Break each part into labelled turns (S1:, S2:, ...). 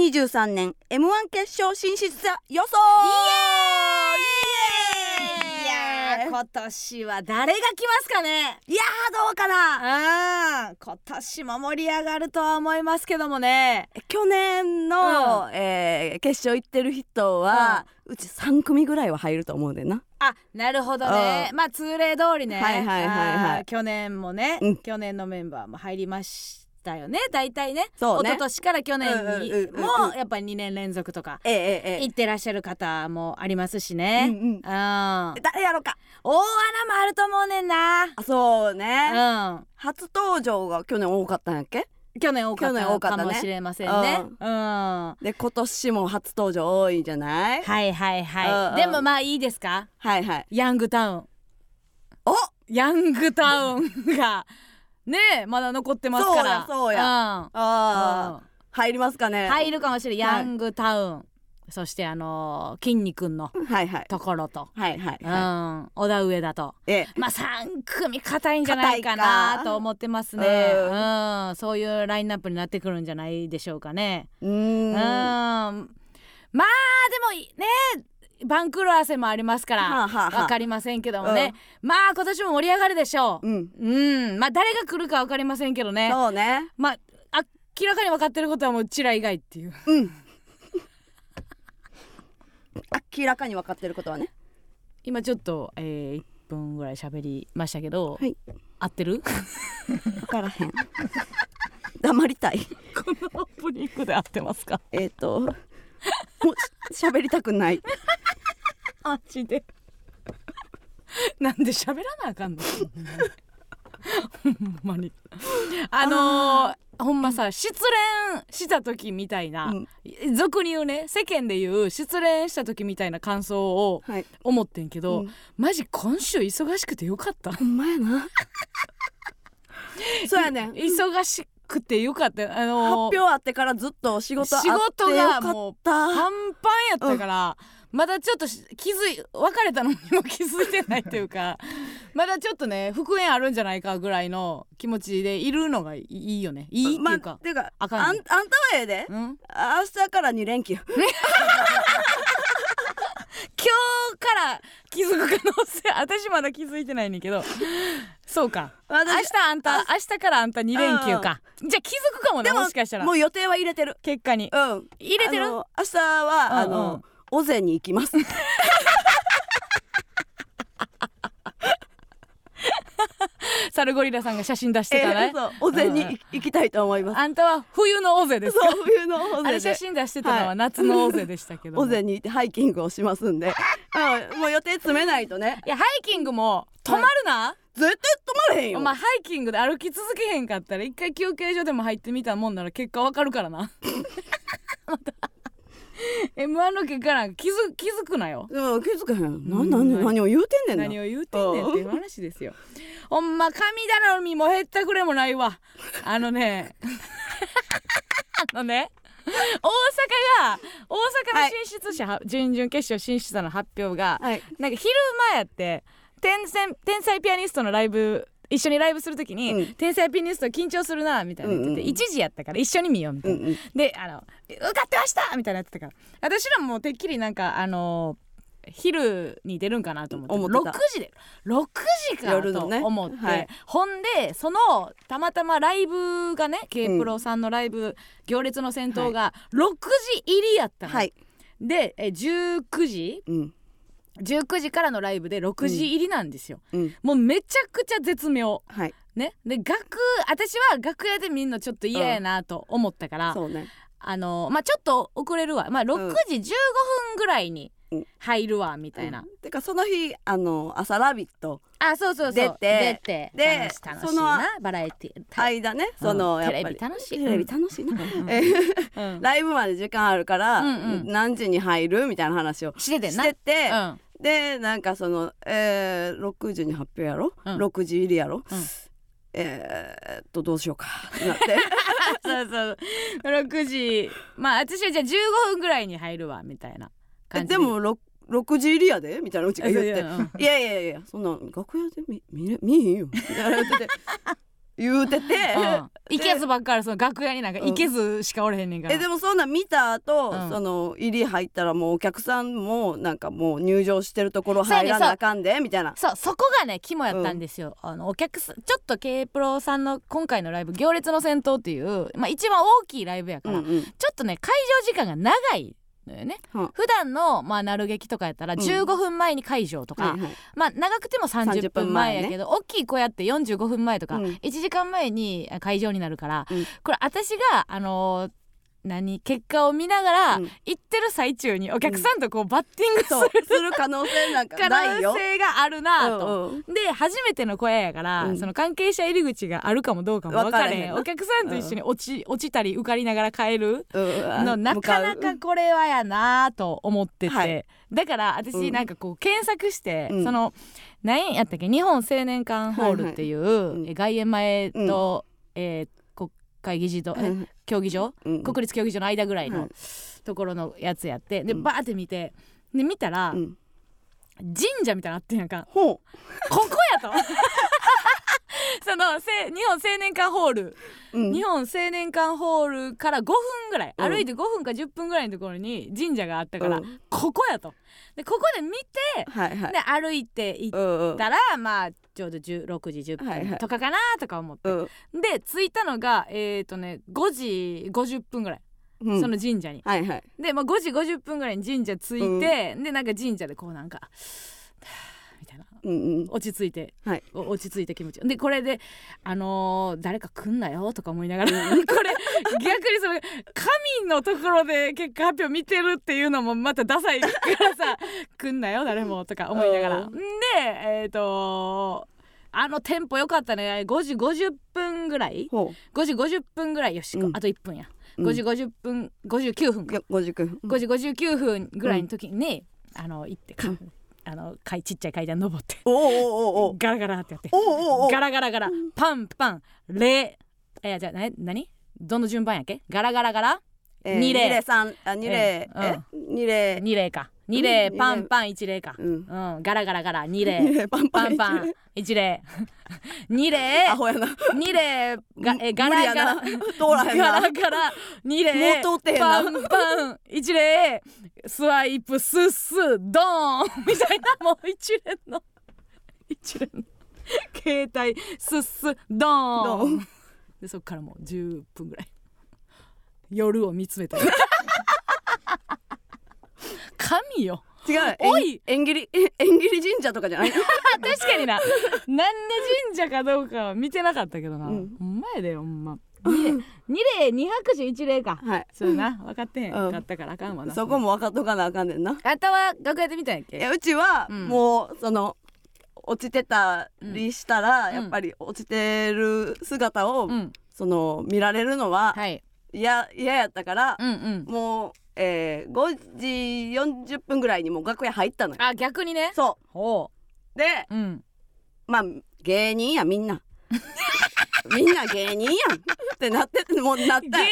S1: 2023年 M1 決勝進出者予想
S2: いやー今年は誰が来ますかね
S1: いやーどうかな
S2: あー今年も盛り上がるとは思いますけどもね
S1: 去年の、えー決勝行ってる人は、うち3組ぐらいは入ると思うねんな
S2: あなるほどね
S1: う
S2: まあ通例通りね
S1: はいはいはいはい
S2: あー去年もね、
S1: うん
S2: 去年のメンバーも入りましたよね大体ね
S1: そうね
S2: 一昨年から去年に
S1: うんうんうんうん
S2: もやっぱり2年連続とか
S1: えええええ
S2: 行ってらっしゃる方もありますし
S1: え
S2: ね、
S1: うんうん
S2: うん、大穴も
S1: 誰やろうか
S2: あると思うねんな
S1: あそうね、
S2: うん
S1: 初登場が去年多かったんやっけ
S2: 去年多かっ
S1: 去年
S2: た
S1: 多かった
S2: か
S1: ね
S2: もしれませんね。うん、は
S1: で今年も初登場多いんじゃない
S2: いはいはい。
S1: うんうん
S2: でもまあいいですか？
S1: はいはい
S2: ヤングタウン。
S1: お
S2: ヤングタウ ンがねえまだ残ってます
S1: そ
S2: から。
S1: うやそうや
S2: うん
S1: あー入りますか
S2: う
S1: ね
S2: ん入るかもしれん。
S1: はい
S2: ヤングタウン。そしてあのー、筋肉の
S1: はいはい
S2: ところと、
S1: はいはい
S2: うん
S1: は、
S2: 小田上田と。
S1: いええ
S2: まあ三組硬いんじゃないかな
S1: 硬いか
S2: と思ってますね。
S1: う
S2: うん、そういうラインナップになってくるんじゃないでしょうかね。
S1: うー
S2: うんんまあでもいね番狂わせもありますから、
S1: はあはあはあ
S2: わかりませんけどもね、まあ今年も盛り上がるでしょう
S1: うん
S2: うん、まあ誰が来るかわかりませんけどね
S1: そうね
S2: まあ明らかに分かってることはもううちら以外っていう
S1: 明らかに分かってることはね
S2: 今ちょっと、えー、1分ぐらい喋りましたけど、
S1: はい
S2: 合ってる
S1: 分からへん黙りたい
S2: このオープニングで合ってますか
S1: えっ、ともうし喋りたく ない
S2: マジでなんで喋らなあか んのほんまにあのーほんまさ失恋した時みたいな、俗に言うね世間で言う失恋した時みたいな感想を
S1: はい
S2: 思ってんけど、
S1: うん
S2: マジ今週忙しくてよか った
S1: ほんまや なそうやねん
S2: 忙しくてよかったあ
S1: 発
S2: の
S1: 表あってからずっと仕事あって
S2: 仕
S1: よ
S2: 事
S1: か
S2: が
S1: っ
S2: もう
S1: た
S2: パンパンやったから、まだちょっとし気づい別れたのにも気づいてないという かまだちょっとね復縁あるんじゃないかぐらいの気持ちでいるのがいいよねいいっていう
S1: まあ
S2: か、
S1: ていうか
S2: あ
S1: あ
S2: かん
S1: んあんたはええで
S2: うん、
S1: 明日から2連休
S2: 今日から気づく可能 性私まだ気づいてないねんけどそうか明
S1: 私
S2: 日あんた明日からあんた2連休かじゃあ気づくかもね
S1: で
S2: も
S1: も
S2: しかしたら
S1: もう予定は入れてる
S2: 結果に
S1: うん
S2: 入れてる
S1: あの明日は、
S2: うんうん
S1: あの尾瀬に行きます
S2: サルゴリラさんが写真出して
S1: え
S2: た
S1: ー
S2: ね、
S1: そう尾瀬に
S2: うんうん
S1: 行行きたいと思います
S2: あんたは冬の大勢ですか
S1: そう冬の尾
S2: あれ
S1: 瀬
S2: 写
S1: で
S2: 真出してたのは夏の大勢でし たけども
S1: 尾瀬に行ってハイキングをします んでうんもう予定詰めないとね
S2: いやハイキングも止まるな、
S1: 絶対止まれへんよ
S2: お前ハイキングで歩き続けへんかったら一回休憩所でも入ってみたもんなら結果わかるからな また M1 の結果なんか気づ気づくなよ
S1: うん気づかへんな
S2: うん
S1: 何何を言うてんねん
S2: 何
S1: な
S2: を言うてんねんっていう話ですよほんま神頼みもへったくれもないわあのね あのね大阪が大阪の進出者、は準々決勝進出者の発表が、
S1: はい
S2: なんか昼前やって天才天才ピアニストのライブ一緒にライブするときに、
S1: うん
S2: 天才ピアニスト緊張するなみたいな言ってて、
S1: うんうんうん
S2: 1時やったから一緒に見ようみたいな、
S1: うんうん
S2: であの「受かってました!」みたいなやってたから私らもてっきりなんかあの昼に出るんかなと思って
S1: 思ってた
S2: 6時で6時か
S1: 夜のね
S2: と思って、
S1: はい
S2: ほんでそのたまたまライブがね k プロさんのライブ、行列の先頭が6時入りやったの、
S1: はい
S2: でえ19時
S1: うん
S2: 19時からのライブで6時入りなんですよ、
S1: うん
S2: もうめちゃくちゃ絶妙
S1: はい
S2: ねで楽私は楽屋で見んのちょっと嫌やなと思ったから、
S1: そうね
S2: あのまあちょっと遅れるわまあ6時15分ぐらいに
S1: うん
S2: 入るわみたいな、
S1: うんてかその日あの朝ラビット
S2: あそうそうそう
S1: 出て
S2: 出て
S1: で
S2: 楽し楽しい
S1: その
S2: なバラエティタイ
S1: 間ね
S2: うん
S1: そのやっ
S2: テレ
S1: ぱ
S2: ビ
S1: り
S2: 楽しい
S1: テレビ楽しいな
S2: う ん
S1: えー
S2: うん
S1: ライブまで時間あるから
S2: うんうん
S1: 何時に入るみたいな話を
S2: しててん
S1: し
S2: な
S1: てて
S2: うん
S1: でなんかそのえー6時に発表やろ
S2: うん
S1: 6時入りやろ
S2: うん
S1: えーっとどうしよう かってなって
S2: そう そう6時まあ私はじゃあ15分ぐらいに入るわみたいな
S1: え
S2: 感じ
S1: でも 6, 6時入りやでみたいなうちが言って
S2: あそういや
S1: いや
S2: うん
S1: いやいやそんな楽屋で見見れ見えへんよみたいな言ってて言うてて、
S2: うん、 いけずばっかりその楽屋になんか
S1: うん
S2: いけずしかおれへんねんから、
S1: えでもそんなん見た後、
S2: うん
S1: その入り入ったらもうお客さんもなんかもう入場してるところ入らなあかんでみたいな
S2: そうそこがね肝やったんですよ、あのお客さんちょっと k プロさんの今回のライブ「行列の先頭」っていう、まあ、一番大きいライブやか
S1: うん
S2: ら、
S1: う
S2: ち
S1: ん
S2: ょっとね会場時間が長いのよね、
S1: うん
S2: 普段のまあなる劇とかやったら
S1: うん
S2: 15分前に会場とか、
S1: はいはい
S2: まあ長くても30
S1: 30
S2: 分
S1: 分
S2: 前
S1: 前
S2: や
S1: ね
S2: けど、大きい小屋って45分前とか、
S1: うん
S2: 1時間前に会場になるから、
S1: うん
S2: これ私があのー何結果を見ながら、
S1: うん
S2: 行ってる最中にお客さんとこうバッティングする
S1: そうする可能性なんか
S2: 可
S1: ないよ
S2: 能。性があるなと。
S1: うんうん
S2: で初めての小屋やから、
S1: うん
S2: その関係者入り口があるかもどうかも分からへ
S1: 分
S2: ん
S1: からへんな
S2: お客さんと一緒に落ち,、落ちたり受かりながら帰る
S1: うん
S2: のなかなかこれはやなと思ってて、
S1: はい
S2: だから私
S1: うん
S2: なんかこう検索して、
S1: うん
S2: その何やったっけ日本青年館ホールっていう、
S1: うん
S2: 外苑前と、えー国会議事堂、え競技場
S1: うん
S2: 国立競技場の間ぐらいのところのやつやってで
S1: うん
S2: バーって見てで見たら、
S1: うん
S2: 神社みたいなのあってなんか
S1: ほ
S2: ここやと そのせ日本青年館ホール、
S1: う、うん
S2: 日本青年館ホールから5分ぐらい
S1: うん
S2: 歩いて5分か10分ぐらいのところに神社があったから、
S1: うん
S2: ここやとでここで見て
S1: はいはい
S2: で歩いて行っ
S1: うんうん
S2: たら、まあちょうど16時
S1: は
S2: 10
S1: いは
S2: 分
S1: い
S2: とかかなとか思って、
S1: うん
S2: で着いたのがえっ、ー、とね5時50分ぐらい、
S1: うん
S2: その神社に
S1: はいはい
S2: で、まあ、5時50分ぐらいに神社着いて、でなんか神社でこうなんか はぁみたいな
S1: うんうん
S2: 落ち着いて、
S1: はい
S2: お落ち着いた気持ちでこれで「あのー誰か来んなよ」とか思いながら これ逆にその神のところで結果発表見てるっていうのもまたダサいから さ「来んなよ誰も」とか思いながら。
S1: うん
S2: んでえっ、とあのテンポ良かったね5時50分ぐらい
S1: ほ
S2: 5時50分ぐらいよし、
S1: うん
S2: あと1分や
S1: う
S2: 5時50分59分
S1: うんい
S2: か
S1: や50分
S2: 5時59分ぐらいの時に、あの行ってか、
S1: うん
S2: あの階ちっちゃい階段登って
S1: おおおおお
S2: ガラガラってやって
S1: おおおお
S2: ガラガラガラ
S1: うん
S2: パンパンレえじゃあな何どの順番やっけガラガラガラ
S1: えー
S2: 二
S1: 二
S2: 例
S1: 例三あ二例
S2: うん
S1: え二例
S2: 二例か
S1: ん
S2: 二
S1: 二
S2: 例
S1: 例
S2: パンパン一例か
S1: う
S2: うん
S1: ん
S2: ガラガラガラ二
S1: 二
S2: 例
S1: 例パンパ
S2: パ
S1: ン
S2: ンパン一例 二例
S1: アホやな
S2: 二例がえガラガラ
S1: 無理やな通らへんな
S2: ガラガラ二例
S1: もう通ってへん
S2: パ
S1: な
S2: ンパン一例スワイプスッスドーンみたいなもう一連の一連の携帯スッスドーン
S1: どう
S2: でそっからもう10分ぐらい夜を見つめて神よ
S1: 違う
S2: おい
S1: 縁切りえ縁切り神社とかじゃ ない
S2: あ確かにななんで神社かどうかは見てなかったけどな、
S1: うん
S2: ほんまやでほんま2例2拍手1例か
S1: はい
S2: そうやな分かってへん
S1: うん
S2: かったからあかんわな
S1: そこも分かっとかなあかんねんな
S2: あとは楽屋で見たんやっ
S1: い
S2: け
S1: やうちは
S2: うん
S1: もうその落ちてたりしたら
S2: うん
S1: やっぱり落ちてる姿を
S2: うん
S1: その見られるのは
S2: はい
S1: 嫌嫌やったから
S2: うんうん
S1: もうえー5時40分ぐらいにもう楽屋入ったのよ
S2: あ逆にね
S1: そ
S2: ほ
S1: うで
S2: ううん
S1: まあ芸人やみん なみんな芸人やんってなってもうなっ
S2: 芸人
S1: た
S2: が
S1: よ
S2: 言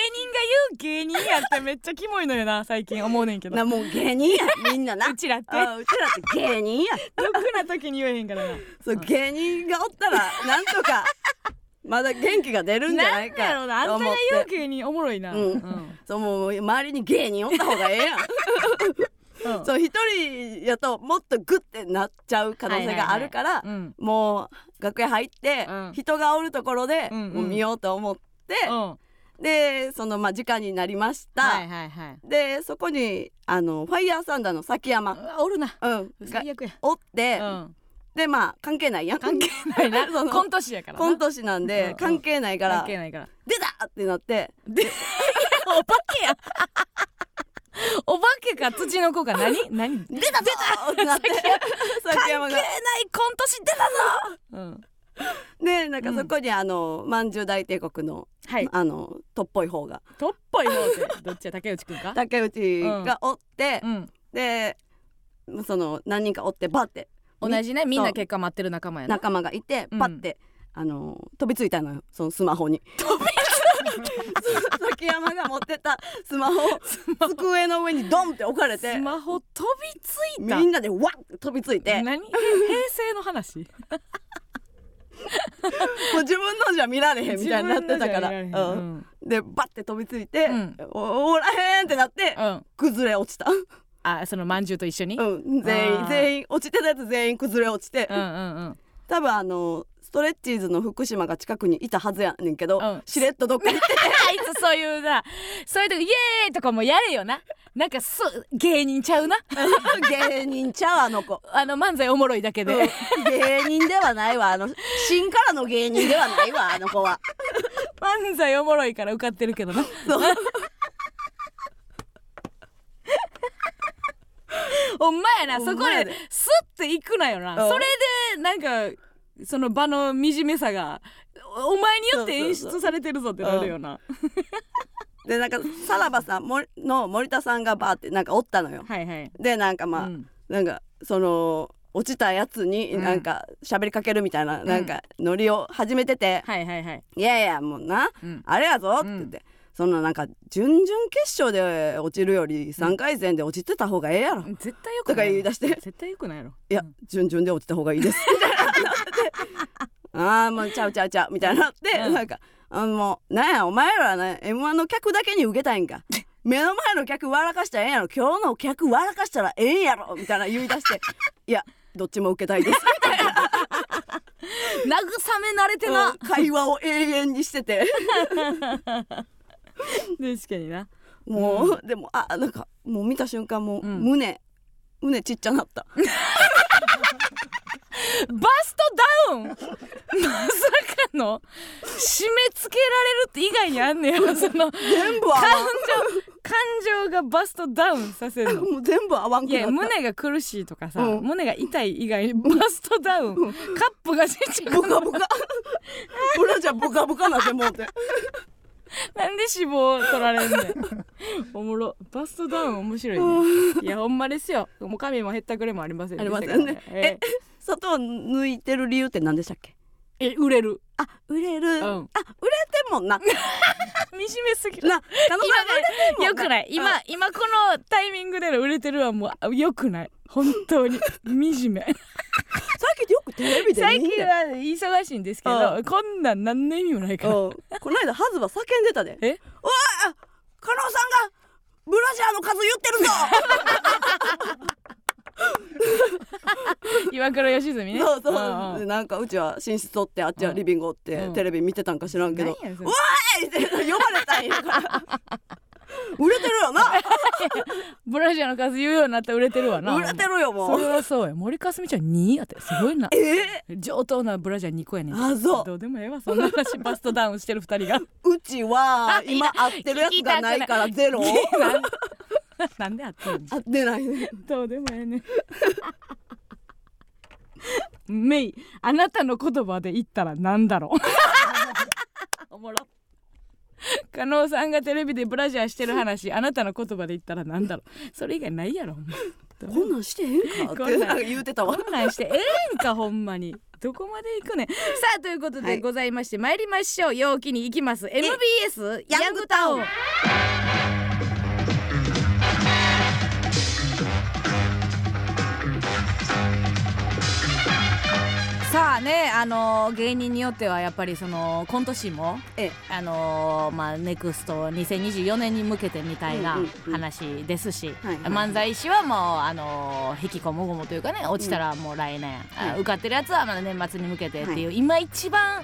S2: う芸人やってめっちゃキモいのよな最近思うねんけど
S1: なもう芸人やみんなな
S2: うちらって
S1: あうちらって芸人や
S2: 得な時に言えへんからな
S1: そう芸人がおったらなんとか まだ元気が出るんじゃない
S2: なんだ
S1: か
S2: ろうなあん
S1: と
S2: た
S1: 思
S2: が
S1: っ
S2: 言う
S1: て
S2: 芸人おもろいな
S1: うん
S2: うん
S1: そうもう周りに芸人おった方がええ やん
S2: うん
S1: そう一人やともっとグッてなっちゃう可能性があるから、
S2: うん
S1: もう楽屋入って、
S2: うん
S1: 人がおるところで、
S2: うんうん
S1: もう見ようと思って、
S2: うん
S1: でそのまあ時間になりました、
S2: はいはいはい
S1: でそこにあのファイヤーサンダーの崎山、
S2: うわおるな
S1: うん、が
S2: 最悪や
S1: おって、
S2: うん
S1: でまあ関係 ないやん
S2: 関係ない
S1: そ
S2: な
S1: の
S2: コント師やからな
S1: コント師なん
S2: うんう
S1: で
S2: ん
S1: 関係ないから
S2: 関係ないから
S1: 出たってなって
S2: でお化けやお化けか土の子か何何
S1: 出た出たってなって崎山が
S2: コント師出たぞ、うん、
S1: でなんかそこにあのまんじゅう大帝国の
S2: はい
S1: あのとっぽい方が
S2: とっぽいのってどっちや竹内くんか
S1: 竹内がおって
S2: う、ん
S1: でその何人かおってバッて
S2: 同じねみん
S1: そ
S2: な
S1: う
S2: 結果待ってる仲間やな
S1: 仲間がいて
S2: うん
S1: パッて、あの飛びついたのよそのスマホに。飛びついた崎山が持ってたスマホを机の上にドンって置かれ
S2: ス
S1: て
S2: マホ飛びついた
S1: みんなでわっって飛びついて
S2: 何平成の話
S1: う自分のじゃ見られへんみたいになってたから、
S2: 自分のじゃ見られへ
S1: うん
S2: うんん
S1: でバッて飛びついて、
S2: うん
S1: おおらへんってなって、
S2: うん
S1: 崩れ落ちた、
S2: あそのまんじゅうと一緒に、
S1: うん、全
S2: あ
S1: 員
S2: ー
S1: 全員落ちてたやつ全員崩れ落ちて、
S2: うんうんうん
S1: 多分あのストレッチーズの福島が近くにいたはずやねんけど、
S2: うん
S1: しれっとどっか行 って
S2: あいつそういうなそういう時イエーイとかもやれよななんかそ芸人ちゃうな
S1: 芸人ちゃうあの子
S2: あの漫才おもろいだけで、
S1: 芸人ではないわあの芯からの芸人ではないわあの子 は
S2: 漫才おもろいから受かってるけどな
S1: そう
S2: ほんまやな
S1: ほ
S2: そ
S1: ん
S2: こ
S1: まや
S2: で
S1: です
S2: っていくなよな
S1: うん
S2: それでなんかその場の惨めさがおお前によって演
S1: そうそう
S2: 出されてるぞってなるよな
S1: でなんかさらばさんもの森田さんがバーってなんかおったのよ
S2: はいはい
S1: でなんかまあ、
S2: うん
S1: なんかその落ちたやつに
S2: うん
S1: なんか喋りかけるみたいな、
S2: ん
S1: なんかノリを始めてて
S2: はいはいはい
S1: 「いやいやもうな
S2: うん
S1: あれやぞ」って言って、そんななんか準々決勝で落ちるより3回戦で落ちてた方がええやろ、い
S2: 絶対よ
S1: と
S2: くない
S1: か言い出して
S2: 絶対よくないやろ
S1: や
S2: うん
S1: 準々で落ちた方がいい です」みたいなああもうちゃうちゃうちゃう」みたいになって、
S2: うん
S1: なんか「あもうなんやお前らね m 1の客だけに受けたいん か」目の前の客笑かしたらええんやろ今日の客笑かしたらええんやろみたいな言い出して「いやどっちも受けたいです」
S2: 慰め慣れてな
S1: うん会話を永遠にして て
S2: 確かにな
S1: もう、でもあなんかもう見た瞬間もう
S2: うん
S1: 胸、胸ちっちゃな った
S2: バストダウンまさかの締め付けられるって以外にあんねやその感
S1: 全部合わ
S2: 情感情がバストダウンさせる
S1: ん
S2: の
S1: もう全部合わんく
S2: い
S1: なっ
S2: や
S1: た
S2: 胸が苦しいとかさ、
S1: うん
S2: 胸が痛い以外にバストダウン、カップがちっちゃく
S1: ブカブカブラジャーブカブカなってもうて
S2: なんで脂肪取られんねんおもろバストダウン面白いねいやほんまですよもう髪もへったくれもありませんでしたから
S1: ありません
S2: え
S1: ね砂糖抜いてる理由って何でしたっけ
S2: え売れる
S1: あ売れる、
S2: ん
S1: あ売れてんもん なな
S2: 惨めすぎる
S1: 彼女
S2: 今ねよくない今今このタイミングでの売れてるはもうよくない本当に惨 め
S1: 最近よくテレビで
S2: 最
S1: 見ん
S2: 近
S1: ねん
S2: は忙しいんですけ
S1: う
S2: どこんなん何の意味もないから
S1: うんこの間ハズバ叫んでたで
S2: え
S1: 加納さんがブラジャーの数言ってるぞ
S2: 岩倉良純 ね
S1: そう
S2: うん
S1: そう、
S2: うん
S1: なんかうちは寝室おってあっちはリビングおって、
S2: うん
S1: テレビ見てたんか知らんけど「
S2: 何やそれ
S1: うわーい!」って呼ばれたんやから 売れてるよな
S2: ブラジャーの数言うようになったら売れてるわな
S1: 売れてるよも
S2: そうれはそうや森かすみちゃん2やってすごいな
S1: え
S2: 上等なブラジャー2個やねん
S1: あそう
S2: どうでもええわそんな 話バストダウンしてる2人が
S1: うちは今会ってるやつがないからゼロ
S2: なんであったん
S1: 会ってない ね
S2: どうでもええねん メイあなたの言葉で言ったらなんだろう おもろ加納さんがテレビでブラジャーしてる話あなたの言葉で言ったらなんだろうそれ以外ないやろほんまどう
S1: こんなんしてへんかっ
S2: こん
S1: て
S2: なん
S1: なんか言うてたわ
S2: こんなんしてええんかほんまにどこまで行くねんさあということ
S1: は
S2: で
S1: い
S2: ございまして、参りましょう陽気に行きます MBS ヤングタウンさあねあのー芸人によってはやっぱりそのコント師も
S1: ええ
S2: あのーまあネクスト2024年に向けてみたいな
S1: うんうんうん
S2: 話ですし、
S1: はいはい
S2: 漫才師はもうあのー引きこもごもというかね落ちたらもう来年、あ
S1: はい
S2: 受かってるやつはまだ年末に向けてっていう、
S1: は
S2: 今一番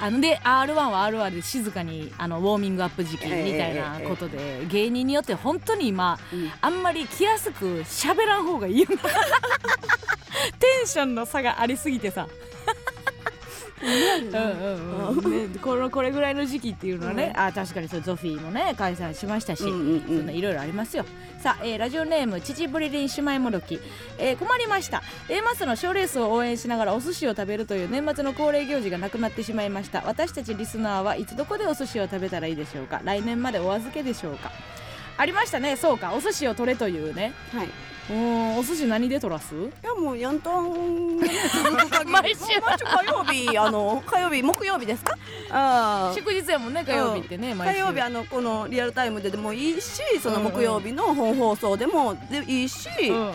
S2: あので R1 は R1 で静かにあのウォーミングアップ時期みたいなことで、芸人によって本当に今
S1: うん
S2: あんまり気安く喋らん方がいいよなテンションの差がありすぎてさうんうんうん、ね、このこれぐらいの時期っていうのはね、あ確かにそうゾフィーもね解散しましたし、
S1: うんう
S2: そ
S1: んうん
S2: なんいろいろありますよさあ、えーラジオネーム父ぶりりん姉妹もどき、えー困りました A マスの賞ーレースを応援しながらお寿司を食べるという年末の恒例行事がなくなってしまいました私たちリスナーはいつどこでお寿司を食べたらいいでしょうか来年までお預けでしょうかありましたねそうかお寿司を取れというね
S1: はいいう
S2: ーんお寿司何で取らす
S1: やもうヤンタ ンがね続く限り
S2: 毎 週
S1: まあ毎週火曜日あの火曜日木曜日ですかああ
S2: 祝日やもんね火曜日ってね毎
S1: 火
S2: 週
S1: 曜日あのこのリアルタイムででもいいしその
S2: うんうん
S1: 木曜日の本放送でもでいいし、うん
S2: うんうんう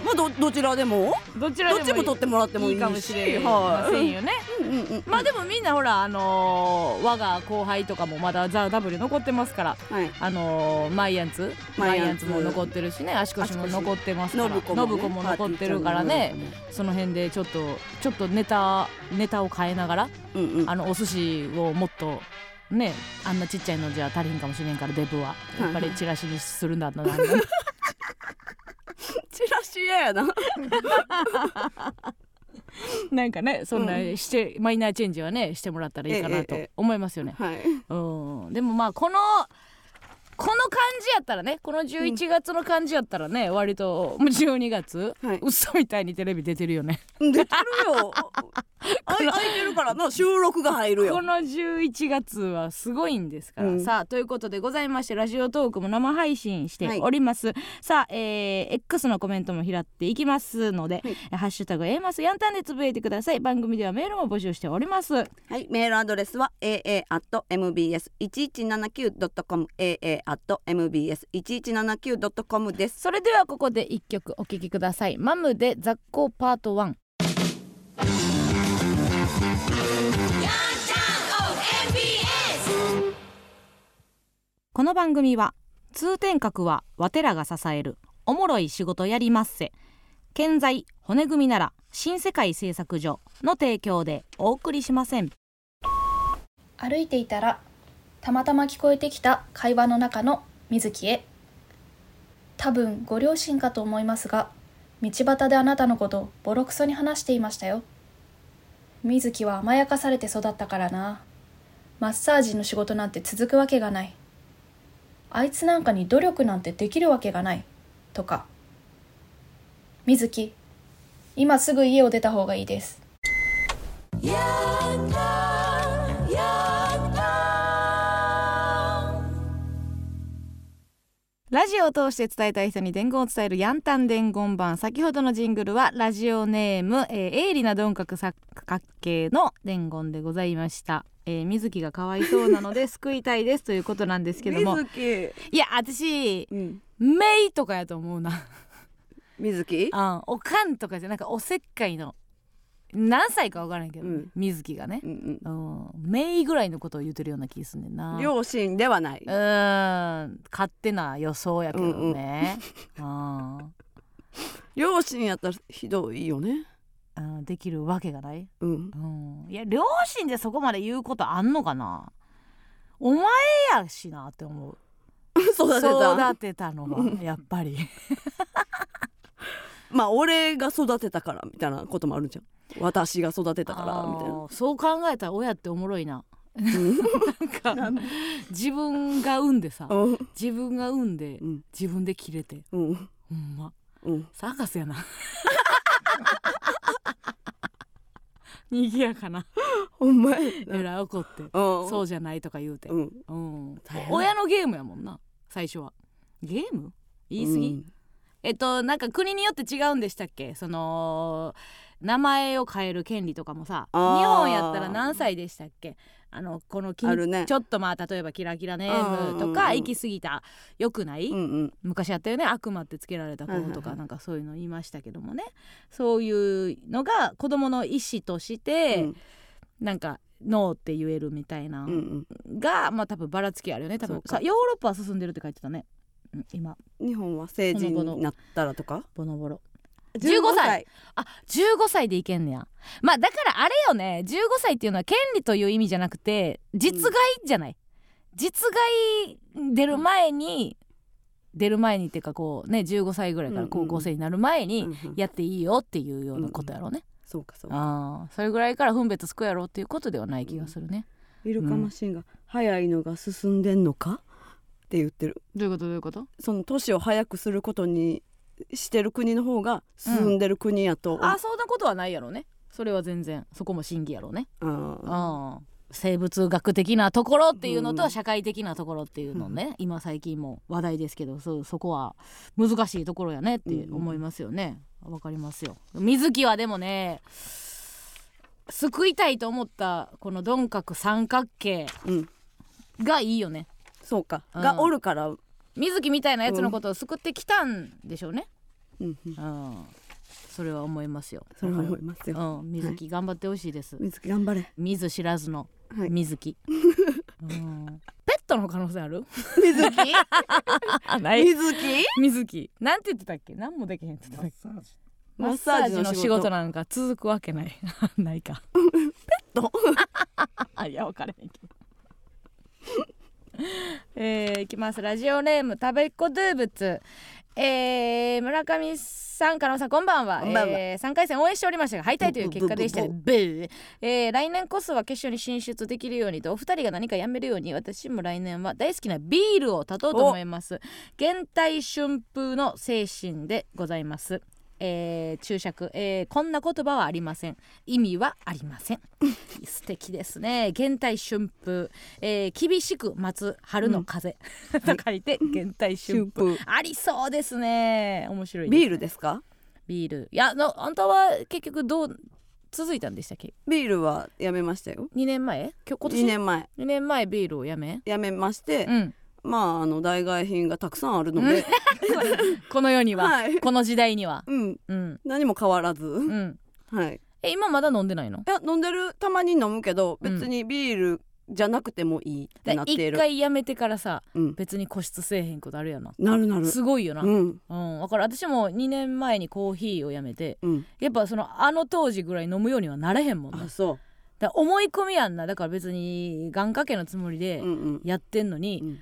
S2: ん
S1: まあどどちらでも
S2: どちら
S1: ど
S2: で
S1: っ
S2: も
S1: ちも取ってもらってもいいし
S2: かもしれない、まあ
S1: は
S2: せん
S1: い
S2: よね、
S1: うんうんうん
S2: まあでもみんなほらあのー我が後輩とかもまだ「ザ・ダブル残ってますから
S1: はい
S2: あのーマイアンツ
S1: マ
S2: マ
S1: イ
S2: イ
S1: ア
S2: ア
S1: ン
S2: ン
S1: ツ
S2: ツも残ってるしね足腰も
S1: 足腰
S2: 残ってますから
S1: 信子もね
S2: 信子も残ってるからねその辺でちょっとちょっとネタネタを変えながら
S1: うんうん
S2: あのお寿司をもっとねあんなちっちゃいのじゃ足りんかもしれんからデブはやっぱりチラシにするんだなあんな
S1: チラシ嫌やな
S2: なんかねそんな
S1: う
S2: して、マイナーチェンジはねしてもらったらいいかなと
S1: ええええ
S2: 思いますよね。
S1: はい
S2: うんでもまあこのこの感じやったらねこの11月の感じやったらね、割ともう12月、
S1: はい
S2: 嘘みたいにテレビ出てるよね
S1: 出てる よあい空いてるからな収録が入る
S2: こ
S1: よ
S2: の11月はすごいんですから、
S1: うん
S2: さあということでございましてラジオトークも生配信しております、さあ、えー X のコメントも拾っていきますので「ハッシュタグ #A マスヤンタン」でつぶえてください番組ではメールも募集しております
S1: はいメールアドレスは aa.mbs1179.com aa.mbs1179.com です
S2: それではここで一曲お聴きくださいマムで雑行パート1この番組は通天閣はわてらが支えるおもろい仕事やりますせ健在骨組みなら新世界製作所の提供でお送りしません
S3: 歩いていたらたまたま聞こえてきた会話の中の水木へ多分ご両親かと思いますが道端であなたのことをボロクソに話していましたよ水木は甘やかされて育ったからなマッサージの仕事なんて続くわけがないあいつなんかに努力なんてできるわけがないとか水木今すぐ家を出た方がいいです
S2: ラジオを通して伝えたい人に伝言を伝えるヤンタン伝言版先ほどのジングルはラジオネーム、えー、鋭利な鈍角作角形の伝言でございました、えー、水木がかわいそうなの で救いたいですということなんですけども
S1: 木
S2: いや私
S1: うん
S2: メイとかやと思うな
S1: 水木
S2: あんおかんとかじゃなんかおせっかいの何歳か分からんけど、
S1: うん
S2: 水木がね
S1: う、ん
S2: うん、メイぐらいのことを言ってるような気すんねん
S1: う
S2: なん
S1: 両親ではないう
S2: ーん勝手な予想やけどね、うん
S1: 両親やったらひどいよね
S2: あのできるわけがない、
S1: うん
S2: うん、いや両親でそこまで言うことあんのかなお前やしなって思う
S1: 育てた
S2: 育てたの はやっぱり
S1: まあ俺が育てたからみたいなこともあるじゃん私が育てたからみたいな
S2: あーそう考えたら親っておもろいななんか 自分が産んでさ
S1: うん
S2: 自分が産んで
S1: うん
S2: 自分で切れて
S1: うん
S2: ほんま
S1: うん
S2: サーカス やな賑やかな
S1: ほんまや
S2: えらい怒って
S1: そ
S2: そうじゃないとか言うて
S1: うん
S2: うん
S1: 大変、
S2: 親のゲームやもんな最初はゲーム言い過ぎ、えっとなんか国によって違うんでしたっけその名前を変える権利とかもさ日
S1: あー
S2: 本やったら何歳でしたっけあのこのきん
S1: あるね
S2: ちょっとまあ例えばキラキラネ
S1: うんうん
S2: ー
S1: うん
S2: ムとか行き過ぎたよくない、
S1: うんうん
S2: 昔やったよね悪魔ってつけられた子
S1: はい
S2: と
S1: はいは
S2: か
S1: い
S2: なんかそういうの言いましたけどもねそういうのが子供の意思として、
S1: うん
S2: なんかノーって言えるみたいな、
S1: うんうん
S2: がまあ多分ばらつきあるよね多
S1: そう
S2: 分
S1: か
S2: さヨーロッパは進んでるって書いてたね、うん、今
S1: 日本は成人になったらとか
S2: ボノボロ15歳あ15歳でいけんねやまあだからあれよね15歳っていうのは権利という意味じゃなくて実害じゃない、実害出る前に出る前にっていうかこうね15歳ぐらいから高校生になる前
S1: うん
S2: に
S1: うん
S2: やっていいよっていうようなことやろうね、
S1: そうかそう
S2: あ
S1: か
S2: あーそれぐらいから分別つくやろうっていうことではない気がするね、
S1: イルカマシンが早いのが進んでんのかって言ってる
S2: どういうことどういうこと
S1: その年を早くすることにしてる国の方が進んでる国やと、
S2: あそんなことはないやろうねそれは全然そこも真偽やろうね、う
S1: あ
S2: ん、生物学的なところっていうの
S1: う
S2: と
S1: ん
S2: 社会的なところっていうのね、今最近も話題ですけどそそこは難しいところやねって思いますよねわ、かりますよ水木はでもね救いたいと思ったこの鈍角三角形
S1: うん
S2: がいいよね
S1: そうか、
S2: うん
S1: がおるから、
S2: 水木みたいなやつのことを救ってきたんでしょうね、
S1: うんうん
S2: うん、それは思いますよ
S1: それは思いますよ
S2: うん、水木頑張ってほしいです、
S1: 水木頑張れ
S2: 水知らずの
S1: はい
S2: 水 木、うんペットの可能性ある
S1: 水木
S2: あ な
S1: 水木
S2: 水木なんて言ってたっけ何もできへんって言ってたっけ
S1: マッサージの仕事
S2: マッサなんか続くわけない ないかペッ
S1: ト
S2: あいや分からへんけど えー、いきますラジオネームたべっこドゥーブツえー、村上さん加納さんこんばんは
S1: こんばんは
S2: え3回戦応援しておりましたが敗退という結果でしたね
S1: ブ
S2: ブーえー来年こそは決勝に進出できるようにとお二人が何かやめるように私も来年は大好きなビールを断とうと思います現代春風の精神でございますえー注釈、えーこんな言葉はありません意味はありません 素敵ですね現代春風、えー厳しく待つ春の風、 と書いて現代春風
S1: 春風
S2: ありそうですね面白い
S1: ビールですか
S2: ビールいやのあんたは結局どう続いたんでしたっけ
S1: ビールはやめましたよ
S2: 2年前今日今年
S1: 2年前
S2: 二年前ビールをやめ
S1: やめまして、
S2: うん
S1: まああの代替品がたくさんあるので、
S2: この世には、
S1: はい
S2: この時代には
S1: うん、
S2: うん
S1: 何も変わらず、
S2: うん
S1: はい
S2: え今まだ飲んでないの
S1: いや飲んでるたまに飲むけど
S2: うん
S1: 別にビールじゃなくてもいいってなってい
S2: 一
S1: る、
S2: 回やめてからさ
S1: うん、
S2: 別に固執せえへんことあるやな
S1: なるなる
S2: すごいよな
S1: う
S2: うん
S1: ん
S2: だから私も2年前にコーヒーをやめて
S1: うん
S2: やっぱそのあの当時ぐらい飲むようにはなれへんもんなだ
S1: あ
S2: か
S1: そ
S2: ら思い込みやんなだから別に願掛けのつもり
S1: う
S2: で
S1: うんうん
S2: やってんのに、
S1: うん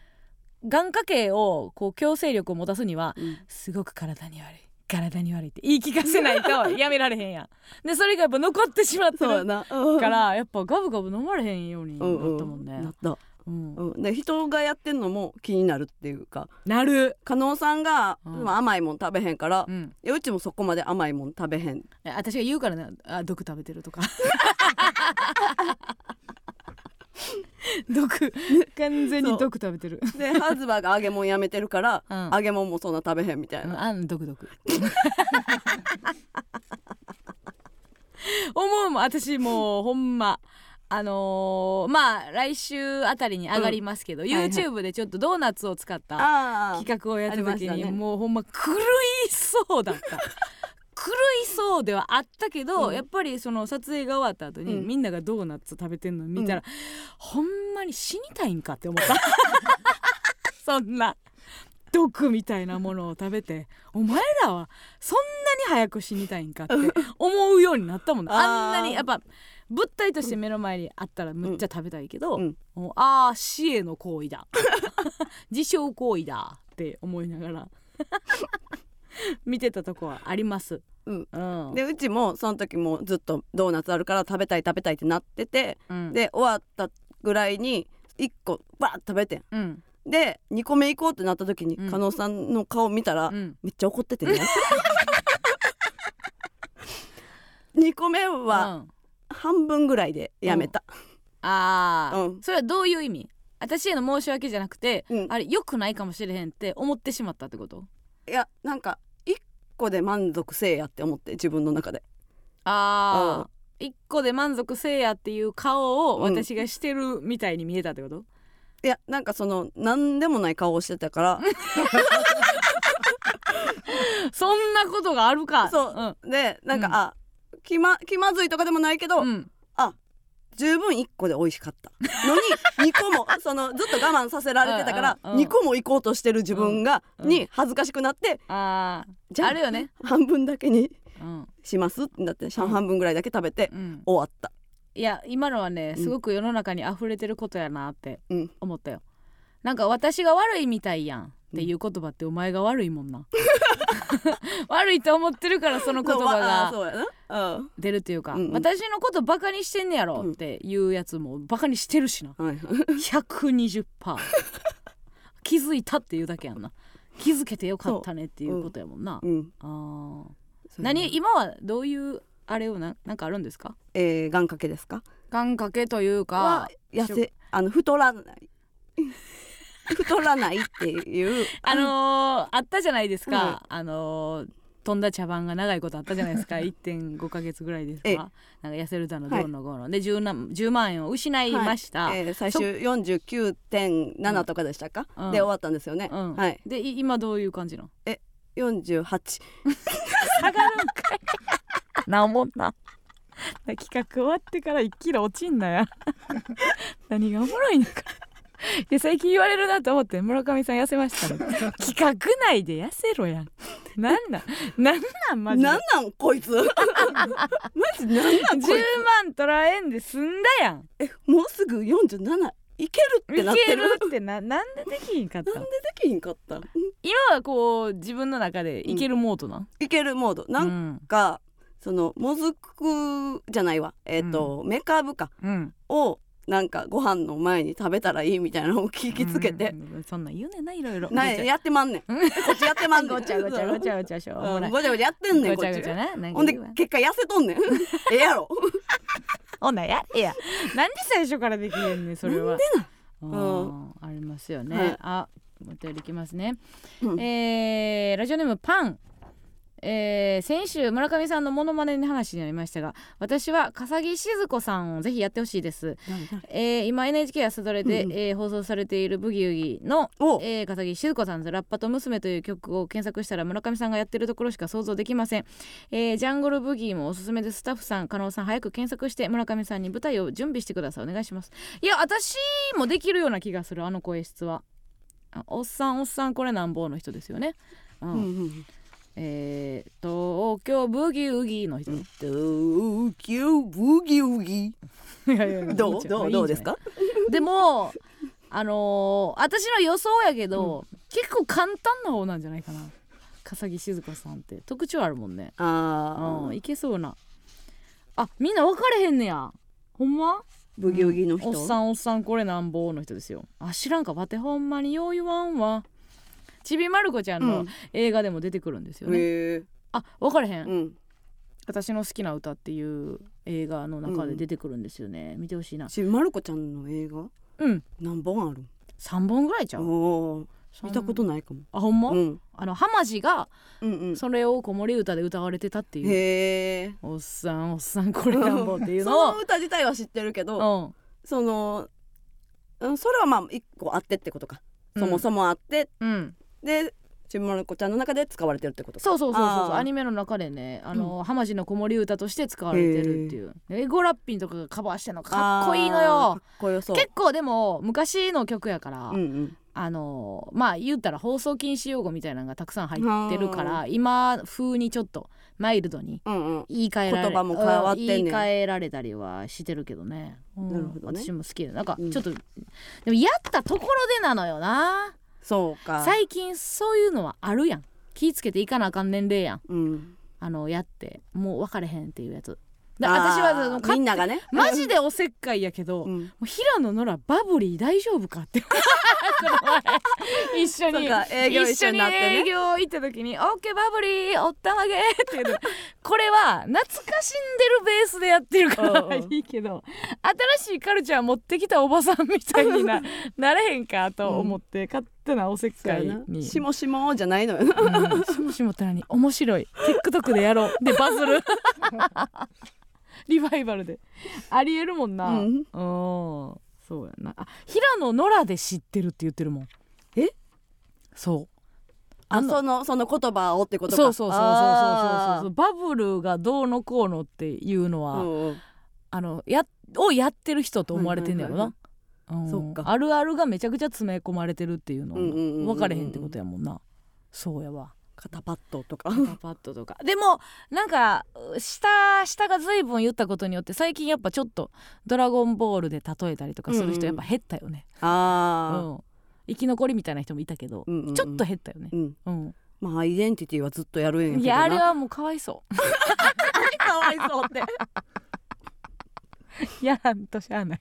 S2: 願掛けをこう強制力を持たすには
S1: うん
S2: すごく体に悪い体に悪いって言い聞かせないとやめられへんやんでそれがやっぱ残ってしまって
S1: そうや
S2: る
S1: なうん
S2: からやっぱガブガブ飲まれへんようになったもん
S1: ううな
S2: ね
S1: った、
S2: うん
S1: うん、で人がやってんのも気になるっていうか
S2: なる
S1: 加納さんが、
S2: うん
S1: まあ甘いもん食べへんから、
S2: う
S1: い
S2: ん
S1: やうちもそこまで甘いもん食べへん
S2: 私が言うからねあ毒食べてる とか毒完全に毒食べてる
S1: でハズバーが揚げもんやめてるから、
S2: うん
S1: 揚げもんもそんな食べへんみたいな、
S2: あん 毒毒思うもん私もうほんまあのーまあ来週あたりに上がりますけど、
S1: はいはい
S2: YouTube でちょっとドーナツを使った
S1: ああ
S2: 企画をやっ
S1: あ
S2: た
S1: り
S2: 時
S1: まし
S2: に
S1: たね
S2: もうほんま狂いそうだっ た狂いそうではあったけど、
S1: うん
S2: やっぱりその撮影が終わった後に、
S1: うん
S2: みんながドーナツ食べてんの見たら、ほんまに死にたいんかって思った そんな毒みたいなものを食べてお前らはそんなに早く死にたいんかって思うようになったもんなあ
S1: あー
S2: んなにやっぱ物体として目の前にあったらむっちゃ食べたいけど、
S1: うん
S2: もうああ死への行為だ自傷行為だって思いながら 見てたとこはあります。
S1: うん
S2: うん
S1: でうちもその時もずっとドーナツあるから食べたい食べたいってなってて、
S2: うん
S1: で終わったぐらいに1個バーッと食べてん
S2: うん
S1: で2個目行こうってなった時に、
S2: うん
S1: 加納さんの顔見たら、
S2: うん
S1: めっちゃ怒って てね2個目は
S2: うん
S1: 半分ぐらいでやめた、
S2: ああ、
S1: うん
S2: それはどういう意味私への申し訳じゃなくて、
S1: うん
S2: あれ良くないかもしれへんって思ってしまったってこと
S1: いやなんか1個で満足せえやって思って自分の中で
S2: ああ一個で満足せえやっていう顔を
S1: うん
S2: 私がしてるみたいに見えたってこと、
S1: いやなんかその何でもない顔をしてたから
S2: そんなことがあるか
S1: そう、でなんか、
S2: うん
S1: あ気ま気まずいとかでもないけど、
S2: うん、うん
S1: 十分1個で美味しかったのに2個もそのずっと我慢させられてたから
S2: うんうんうん
S1: 2個も行こうとしてる自分が、
S2: うん
S1: に恥ずかしくなって
S2: あ
S1: じ
S2: あ
S1: ゃあ
S2: あるよね
S1: 半分だけに
S2: あ、うん
S1: しますってなって半分ぐらいだけ食べて
S2: うん、
S1: 終わった。
S2: いや今のはね
S1: うん
S2: すごく世の中に溢れてることやなって
S1: うん
S2: 思ったよ、なんか私が悪いみたいやんっていう言葉ってお前が悪いもん な悪いと思ってるからその言
S1: そう
S2: 葉
S1: わあー
S2: が
S1: そうやな。うん
S2: 出るというか、
S1: うんうん
S2: 私のことバカにしてんねやろっていうやつもバカにしてるしな
S1: はい、
S2: 120%気づいたっていうだけやんな気づけてよかったねっていうことやもんな、
S1: うん、
S2: あ
S1: そ
S2: ー
S1: うやな
S2: 何今はどういうあれをななんかあるんですか
S1: えー、願掛けですか
S2: 願掛けという
S1: は
S2: か
S1: 痩せあの太らない 太らないっていう
S2: あのーあったじゃないですか、あのー飛んだ茶番が長いことあったじゃないですか1.5ヶ月ぐらいですか
S1: ええ
S2: なんか痩せるだのどうのこうので 10, な10万円を失いました、
S1: はいえー最終49.7とかでしたか、
S2: うん
S1: で終わったんですよね、
S2: うん
S1: はい
S2: でい今どういう感じなの
S1: 48
S2: 下がるんかい
S4: なおもんな。
S2: 企画終わってから一気に落ちんなや 何がおもろいのかいや最近言われるなと思って村上さん痩せましたね企画内で痩せろやんなんなんなんなんマジで
S1: なんなんこいつマジなんなんこい
S2: 10万取らえんで済んだやん
S1: つもうすぐ47いけるってなっ
S2: いけ
S1: てる
S2: るってななんでできひんかった
S1: なんでできひんかったん
S2: 今はこう自分の中でいけるモードな、
S1: いけるモード
S2: う
S1: なん
S2: ん
S1: か、そのもずくじゃないわえっ、と、メカブか
S2: うん、
S1: をなんかご飯の前に食べたらいいみたいなのを聞きつけて、
S2: うん、そんなん言うねんないろいろ
S1: な
S2: ご
S1: い
S2: ちゃ
S1: やってまんねんこ
S2: うん
S1: っちやってまんねん
S2: ごちゃごちゃごちゃごちゃしょう
S1: う
S2: もない
S1: んごちゃごちゃやってんねん
S2: ご
S1: こ
S2: ちゃ
S1: っ
S2: ご
S1: ち
S2: ちゃななんか
S1: ほんで
S2: 言うわ
S1: 結果痩せとんねんええやろ
S2: ほんなや れや。なんで最初からできへんねんそれは。なん
S1: で
S2: ありますよね。
S1: はい
S2: あ、もう一人いきますね。
S1: うん
S2: えーラジオネームパン。えー先週村上さんのモノマネの話になりましたが私は笠木静子さんをぜひやってほしいです、えー今 NHK 朝ドラで、
S1: うんうん
S2: えー放送されている「ブギウギ」の
S1: お
S2: えー、片木静子さんの「ラッパと娘」という曲を検索したら村上さんがやってるところしか想像できません、えージャングルブギーもおすすめですスタッフさん加納さん早く検索して村上さんに舞台を準備してくださいお願いしますいや私もできるような気がするあの声質はあおっさんおっさんこれなんぼの人ですよね、うん
S1: うんうん
S2: えー、東京ブギウギの人、い
S1: 東京ブギウギ
S2: やいやいや
S1: ど
S2: いういんじゃ
S1: ど
S2: ないう
S1: どうですか
S2: でもあのー私の予想やけど、結構簡単な方なんじゃないかな笠木静子さんって特徴あるもんね
S1: あ
S2: う
S1: あ
S2: んいけそうなあみんな分かれへんねやほんま
S1: ブギウギの人
S2: おっさんおっさんこれなんぼの人ですよあ知らんかわてほんまによう言わんわちびまる子ちゃん
S1: う
S2: の
S1: ん
S2: 映画でも出てくるんですよね、
S1: へえ
S2: あ分かれへん、
S1: うん
S2: 私の好きな歌っていう映画の中で出てくるんですよね、見てほしいな
S1: ちまる子ちゃんの映画
S2: うん
S1: 何本ある
S2: 3本ぐらいじゃん
S1: おー見たことないかも
S2: あほんま、
S1: うん
S2: あの浜地が
S1: うんうん
S2: それを子守歌で歌われてたっていう、
S1: へえ
S2: おっさんおっさんこれなんぼっていう
S1: そ
S2: の
S1: の歌自体は知ってるけど
S2: を、
S1: そのうんそれはまあ一個あってってことか
S2: うん
S1: そもそもあって
S2: うんうん、
S1: でちまる子ちゃんの中で使われてるってことか
S2: そうそうそうそう
S1: あー
S2: アニメの中でねあの、浜地の子守歌として使われてるっていうえゴラッピンとかがカバーしてんのかっこいいの
S1: あー
S2: よ
S1: かっこよそう
S2: 結構でも昔の曲やから、
S1: うん
S2: あのまあ言ったら放送禁止用語みたいなのがたくさん入ってるから今風にちょっとマイルドに
S1: うんうんうん
S2: 言い換えられ
S1: 言葉も変わってんねん
S2: うん言い換えられたりはしてるけどね,うん、
S1: なるほどね
S2: 私も好きでなんか
S1: うん
S2: ちょっと、でもやったところでなのよな
S1: そうか
S2: 最近そういうのはあるやん気ぃつけていかなあかん年齢やん
S1: うん
S2: あのやってもう別れへんっていうやつだ
S1: あー
S2: 私はそのか
S1: みんながね
S2: マジでおせっかいやけど、
S1: う
S2: も
S1: ん
S2: う平野ノラバブリー大丈夫か ってこの前一緒
S1: そう
S2: に
S1: か営業一緒になって
S2: 一緒に
S1: ね
S2: 営業行った時に「オッケーバブリーおったまげ」っていうのこれは懐かしんでるベースでやってるか
S1: う
S2: ら
S1: んうん
S2: いいけど新しいカルチャー持ってきたおばさんみたいに ななれへんかと思って、勝手なおせっ
S1: そう
S2: かい
S1: やな
S2: に
S1: しもしもじゃないのよな
S2: うん、しもしもって何面白い TikTok でやろうでバズる リバイバルでありえるもんな、
S1: うん
S2: おーそうやなあ平野ノラで知ってるって言ってるもん
S1: え
S2: そう
S1: あ
S2: の
S1: そのその言葉をってことか
S2: そうそうそうそうそうそう
S1: あ
S2: そ
S1: ー
S2: うバブルがどうのこうのっていうのは、
S1: うんうん
S2: あのやをやってる人と思われてんねやろ
S1: はい
S2: な、うん
S1: そっか
S2: あるあるがめちゃくちゃ詰め込まれてるっていうの
S1: うんうんうんうんうん
S2: 分かれへんってことやもんなそうやわ
S1: 肩パッドとか
S2: 肩パッドとか でもなんかう下下が随分言ったことによって最近やっぱちょっと「ドラゴンボール」で例えたりとかす
S1: う
S2: る
S1: んうん
S2: 人やっぱ減ったよね、うん
S1: あ
S2: 生き残りみたいな人もいたけど、
S1: あ、うんうんうん
S2: ちょっと減ったよね
S1: う、ん
S2: うん
S1: まあアイデンティティはずっとやるんやけどない
S2: やあれはもうか わいそ
S1: かわいそうって
S2: うやらんとしゃあない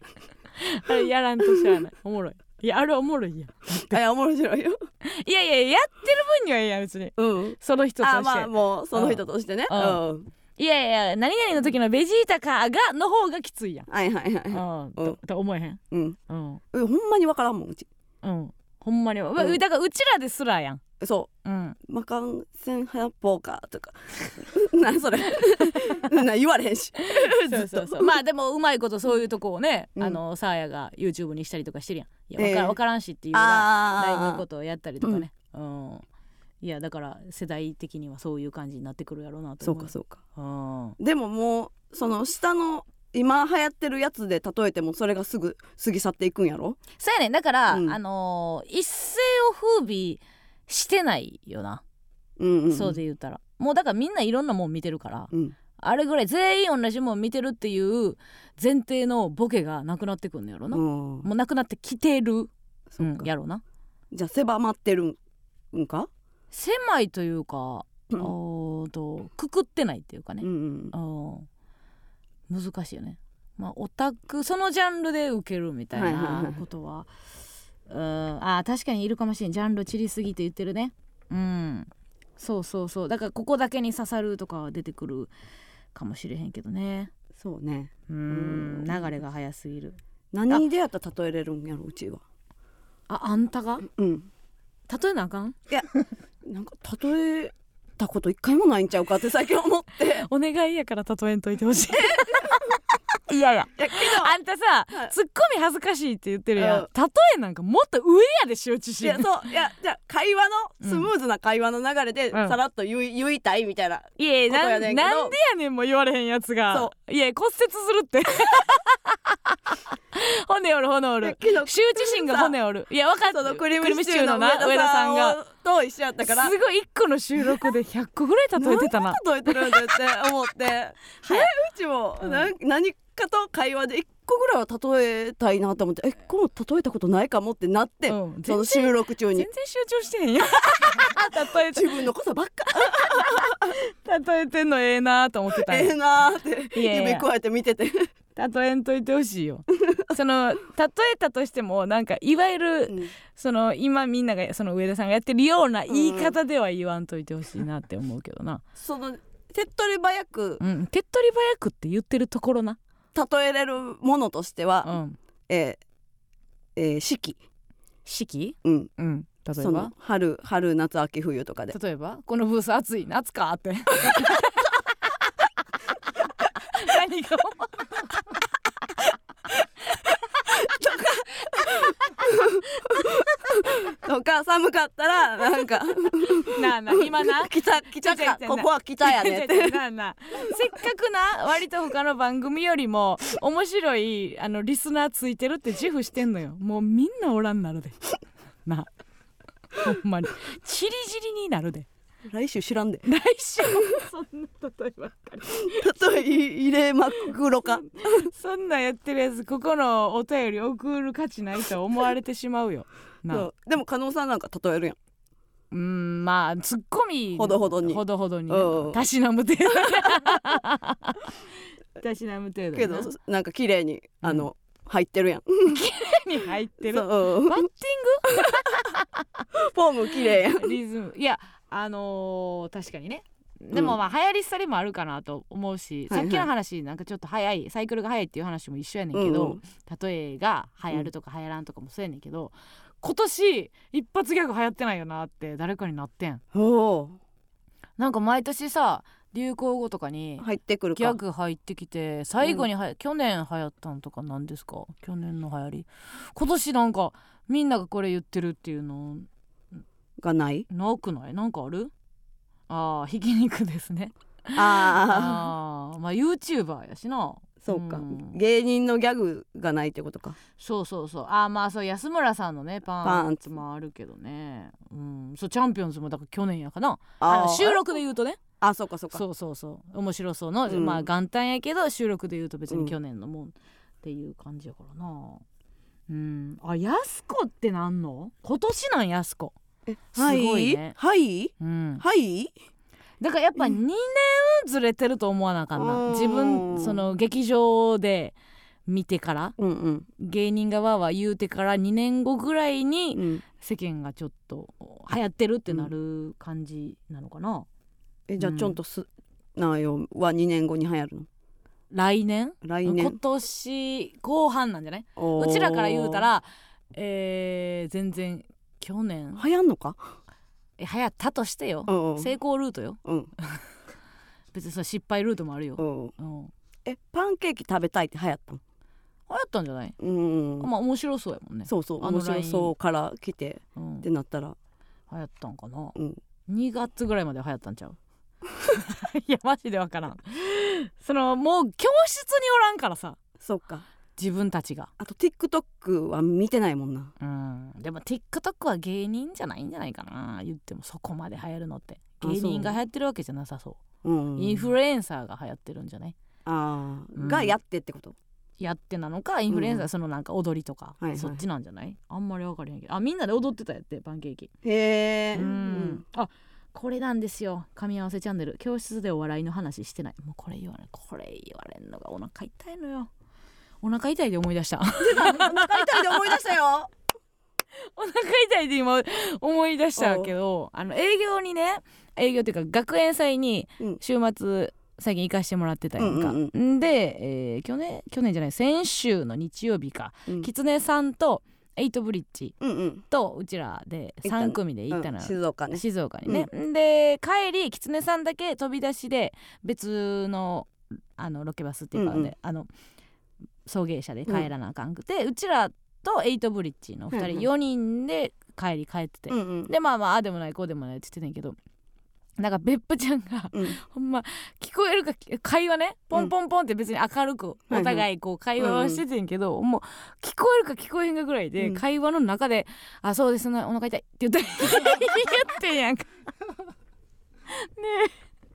S2: あれやらんとしゃあないおもろいいやあれはおもろい
S1: い
S2: やん
S1: や面白いよ
S2: いやいややってる分にはいいやん別に
S1: うん
S2: その人として、
S1: あまあもうその人としてね
S2: う
S1: うんん
S2: いやいや何々の時のベジータかがの方がきついやん、
S1: はいはいは
S2: う
S1: いはい
S2: ん、とと思えへん
S1: うん
S2: うん
S1: えほんまにわからんもんうち
S2: うんほんまに、うわ
S1: うん
S2: だからうちらですらやん
S1: そ
S2: うん
S1: う魔漢千百歩かとか なんそれ な言われへんし
S2: そうそうそうまあでもうまいことそういうとこをね、
S1: うん
S2: あのサーヤが YouTube にしたりとかしてるやんいや
S1: ええ
S2: わから,、わからんしっていうようなライブの
S1: あ
S2: ことをやったりとかね、うんいやだから世代的にはそういう感じになってくるやろうなと
S1: そう
S2: 思
S1: かそうか
S2: うん
S1: でももうその下の今流行ってるやつで例えてもそれがすぐ過ぎ去っていくんやろ
S5: そうやねんだから、
S1: うん
S5: あのー一世を風靡してないよな、
S1: うんうん
S5: そうで言うたらもうだからみんないろんなもん見てるから
S1: うん
S5: あれぐらい全員同じもん見てるっていう前提のボケがなくなってくんのやろな、
S1: うん
S5: もうなくなってきてる、
S1: そうっ
S5: ん
S1: か、
S5: やろな
S1: じゃあ狭まってるんか
S5: 狭いというか、
S1: う
S5: うんとくくってないっていうかね
S1: う、ん
S5: うん難しいよね、まあ、オタクそのジャンルで受けるみたい
S1: はいはいは
S5: ないことは,、うんあー確かにいるかもしれんジャンル散りすぎて言ってるねうんそうそうそうだからここだけに刺さるとかは出てくるかもしれへんけどね
S1: そうね
S5: う
S1: うん
S5: ん流れが早すぎる
S1: 何に出会ったら例えれるんやろうちは
S5: ああんたが
S1: うん
S5: 例えなあか ん
S1: なんか例えたこと一回もないんちゃうかって最近思って
S2: お願いやから例えんといてほしい
S4: いやいや、
S2: あんた
S1: は
S2: さ、
S1: い
S2: ツッコミ恥ずかしいって言ってるやん、
S1: うん
S2: 例えなんかもっと上やで周知
S1: い
S2: し
S1: やそういやじゃあ会話のスムーズな会話の流れで
S2: うん
S1: さらっと言い,、言いたいみたいない
S2: や
S1: こと
S2: な
S1: や
S2: ん
S1: ねんけど
S2: なんでやねんも言われへんやつが
S1: そ
S2: いや骨折するって 骨折る骨折る
S1: 昨日
S2: 羞恥心が骨折るいや分かった
S1: そのクリームシチューの
S2: な上
S1: 上
S2: 田
S1: 田
S2: さ
S1: さ
S2: ん
S1: ん
S2: が
S1: がと一緒やったから
S2: すごい一個の収録で100個ぐらい例えてたな
S1: 届いてるんだって思 って、えうちも、な何かと会話で一個ぐらいは例えたいなと思ってえ一個も例えたことないかもってなって、
S2: うん
S1: その収録中
S2: 全然
S1: に
S2: 集中してへ んよ例えて
S1: 自分のことばっか
S2: 例えてんのええなと思ってたん
S1: ええ
S2: や
S1: なーって
S2: いやいや
S1: 指くわえて見てて
S2: 例えんといてほしいよその例えたとしてもなんかいわゆる、
S1: うん
S2: その今みんながその上田さんがやってるような言い方では言わんといてほしいなって思うけどな、
S1: その手っ取り早く
S2: うん、手っ取り早くって言ってるところな、
S1: 例えれるものとして
S2: う
S1: は、
S2: ん、
S1: えーえー四季、
S2: 式、
S1: うん、
S2: うん、例え
S1: そ
S2: ば
S1: の春春夏秋冬とかで
S2: 例えばこのブース暑い夏かって 何が
S1: とか寒かったらなんか
S2: なあなあ今な
S1: 北北かここは北 やねって
S2: なあなあせっかくな割と他の番組よりも面白いあのリスナーついてるって自負してんのよもうみんなおらんなるでなあほんまにチリジリになるで
S1: 来週知らんで
S2: 来週もそんな例えばっかり
S1: 例え入れまくろか
S2: そんなんやってるやつここのお便り送る価値ないと思われてしまうよなあ
S1: そうでも加納さんなんか例えるやん
S2: うーんまあツッコミ
S1: ほどほどに
S2: ほどほどにね
S1: うん
S2: たしなむ程度たしなむ程度
S1: けどなんか綺麗にあの、入ってるやん
S2: に入って
S1: そ
S2: る
S1: ううん
S2: バッテ
S1: フォーム綺麗や ん
S2: ィングリズムいやあのー確かにねで
S1: う
S2: も
S1: ん
S2: まあ流行り廃りもあるかなと思うし、
S1: はいはい
S2: さっきの話なんかちょっと早いサイクルが早いっていう話も一緒やねんけ
S1: うん
S2: ど、
S1: うん
S2: 例えが流行るとか流行らんとかもそうやねんけど、今年一発ギャグ流行ってないよなって誰かになってん
S1: お
S2: なんか毎年さ流行語とかに
S1: 入ってくる
S2: ギャ
S1: か
S2: グ入ってきて最後にはや、去年流行ったのとか何ですか去年の流行り今年なんかみんながこれ言ってるっていうの
S1: がない
S2: なくないなんかあるああひき肉ですね
S1: ああ
S2: ああまあ YouTuber やしな
S1: そうか、
S2: ん
S1: 芸人のギャグがないってことか
S2: そうそうそうああまあそう安村さんのねパ
S1: パ
S2: ン
S1: ン
S2: ツ
S1: ツ
S2: もあるけどねうんそうチャンピオンズもだから去年やかなあ
S1: あ
S2: の
S1: ー
S2: 収録で言うとね
S1: あそうかそうか
S2: そうそうそう面白そうの、
S1: うん
S2: まあ元旦やけど収録で言うと別
S1: う
S2: に
S1: ん
S2: 去年のもんっていう感じやからなうんあやすこってなんの今年なんやすこ
S1: は
S2: すごいね
S1: はい
S2: うん
S1: はい
S2: だからやっぱ2年ずれてると思わなあかん
S1: う
S2: なん自分その劇場で見てから
S1: うんうん
S2: 芸人がわーわー言うてから2年後ぐらいに
S1: うん
S2: 世間がちょっと流行ってるってなる感じなのかな
S1: えじゃあ
S2: うん
S1: ちょんとす、なよは2年後に流行るの
S2: 来年
S1: 来
S2: 今
S1: 年
S2: 年後半なんじゃないううちらから言うたら、えー全然去年
S1: 流行んのか
S2: え流行ったとしてよ
S1: うんうん
S2: 成功ルートよ
S1: うん
S2: 別にその失敗ルートもあるよ、
S1: うん
S2: うん、流
S1: えパンケーキ食べたいって流行ったの
S2: 行ったんじゃない、
S1: うん
S2: まあ面白そうやもんね、
S1: そうそう
S2: あの
S1: 面白そうから来て
S2: うん
S1: ってなったら
S2: 流行ったんかな
S1: うん
S2: 2月ぐらいまで流行ったんちゃう いやマジでわからんそのもう教室におらんからさ
S1: そっか
S2: 自分たちが
S1: あと TikTok は見てないもんな
S2: うんでも TikTok は芸人じゃないんじゃないかな言ってもそこまで流行るのって
S1: あそう
S2: 芸人が流行ってるわけじゃなさそう
S1: うん
S2: インフルエンサーが流行ってるんじゃない
S1: あー、
S2: うん
S1: がやってってこと
S2: やってなのかインフルエンサ
S1: う
S2: ーそのなんか踊りとか、
S1: はいはい
S2: そっちなんじゃないあんまりわかりへんけどあみんなで踊ってたやってパンケーキ
S1: へえ、
S2: うん、あこれなんですよ噛み合わせチャンネル教室でお笑いの話してないもうこれ言われこれ言われんのがお腹痛いのよお腹痛いで思い出した
S1: お腹痛いで思い出したよ
S2: お腹痛いで今思い出したけどあの営業にね営業っていうか学園祭に
S1: うん
S2: 週末最近行かしてもらってたやんか、
S1: うんうん
S2: んで、えー去年去年じゃない先週の日曜日か
S1: うん
S2: キツネさんとエイトブリッジ
S1: うんうん
S2: とうちらで
S1: 行ったの
S2: 3組で行ったのよ
S1: うん、静岡ね
S2: 静岡にね、で帰り狐さんだけ飛び出しで別のあのロケバスっていうか、
S1: うんうん
S2: あの送迎車で帰らなあかんくて、うちらとエイトブリッジの2
S1: はいは
S2: 人
S1: い
S2: 4人で帰り帰ってて、
S1: うんうん
S2: でまあまあああでもないこうでもないって言ってたんやけどなんか別府ちゃんが
S1: うん
S2: ほんま聞こえるか会話ねポンポンポンって別に明るく
S1: うん
S2: お互いこう会話はしててんけど、もう聞こえるか聞こえへんかぐらいで、
S1: うん
S2: 会話の中で「あそうですねお腹痛い」って言 った言ってんやんか。ねえ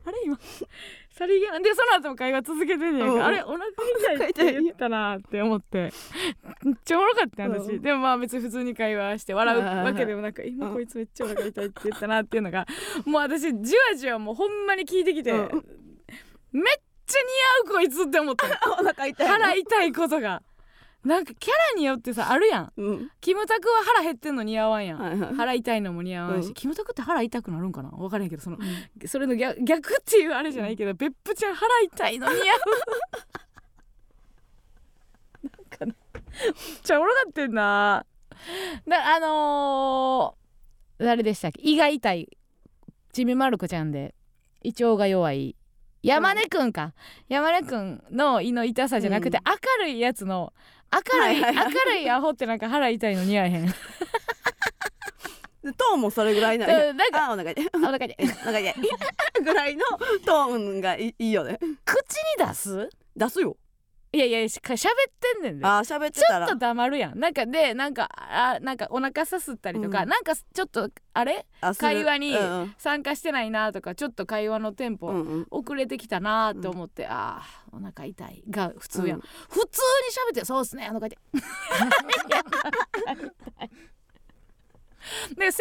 S2: あれ今さりげなでその後も会話続けてんやんか、
S1: うん
S2: あれお腹痛いって言ったなって思ってめっちゃおもろかったよ私、
S1: うん
S2: でもまあ別に普通に会話して笑うわけでもなく今
S1: うん
S2: こいつめっちゃお腹痛いって言ったなっていうのがもう私じわじわもうほんまに聞いてきて、
S1: うん
S2: めっちゃ似合うこいつって思った
S1: お腹痛い
S2: 腹痛いことがなんかキャラによってさあるやん
S1: うん
S2: キムタクは腹減ってんの似合わんやん、
S1: はいはい
S2: 腹痛いのも似合わんし、
S1: うん
S2: キムタクって腹痛くなるんかな分からへんけどその、それの逆逆っていうあれじゃないけど、別府ちゃん腹痛いの似合うなんかねめっちゃおもろかってんなだあのー、誰でしたっけ胃が痛いちびまる子ちゃんで胃腸が弱い山根くんか、山根くんの胃の痛さじゃなくて、明るいやつの明るい、
S1: はいはいはい
S2: 明るいアホってなんか腹痛いの似合えへん だ
S1: でトーンもそれぐらいなんや
S2: なんか
S1: あお腹痛い
S2: お腹痛い
S1: お腹痛いぐらいのトーンがいいいいよね
S2: 口に出す
S1: 出すよ
S2: いやいやしか喋ってんねんで
S1: あー喋って
S2: ち
S1: た
S2: ょっ
S1: ら
S2: と黙るやんなんかでなんかあなんかお腹さすったりとか、
S1: うん
S2: なんかちょっとあれ
S1: あする
S2: 会話に
S1: うんうん
S2: 参加してないなとかちょっと会話のテンポ、
S1: うんうん
S2: 遅れてきたなと思って、あーお腹痛いが普通やん、
S1: うん
S2: 普通に喋って そうっすねお腹痛いで生理現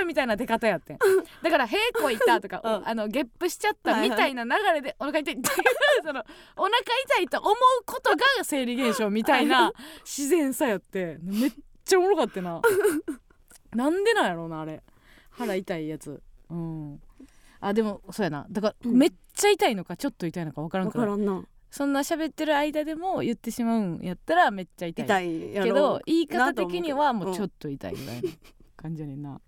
S2: 象みたいな出方やってんだから「へいこいった」とか、
S1: うん
S2: あのゲップしちゃったみたいな流れでお腹痛いっていう そのお腹痛いと思うことが生理現象みたいな自然さやってめっちゃおもろかってななんでなんやろうなあれ腹痛いやつうんあでもそうやなだから、
S1: うん
S2: めっちゃ痛いのかちょっと痛いのか分からん
S1: わ
S2: から
S1: からんな
S2: そんな喋ってる間でも言ってしまうんやったらめっちゃ痛い
S1: 痛いや
S2: けど
S1: ろ
S2: 言い方的にはもう
S1: な
S2: ち
S1: と
S2: ょ
S1: 思
S2: っと痛いぐらいの感じやねんな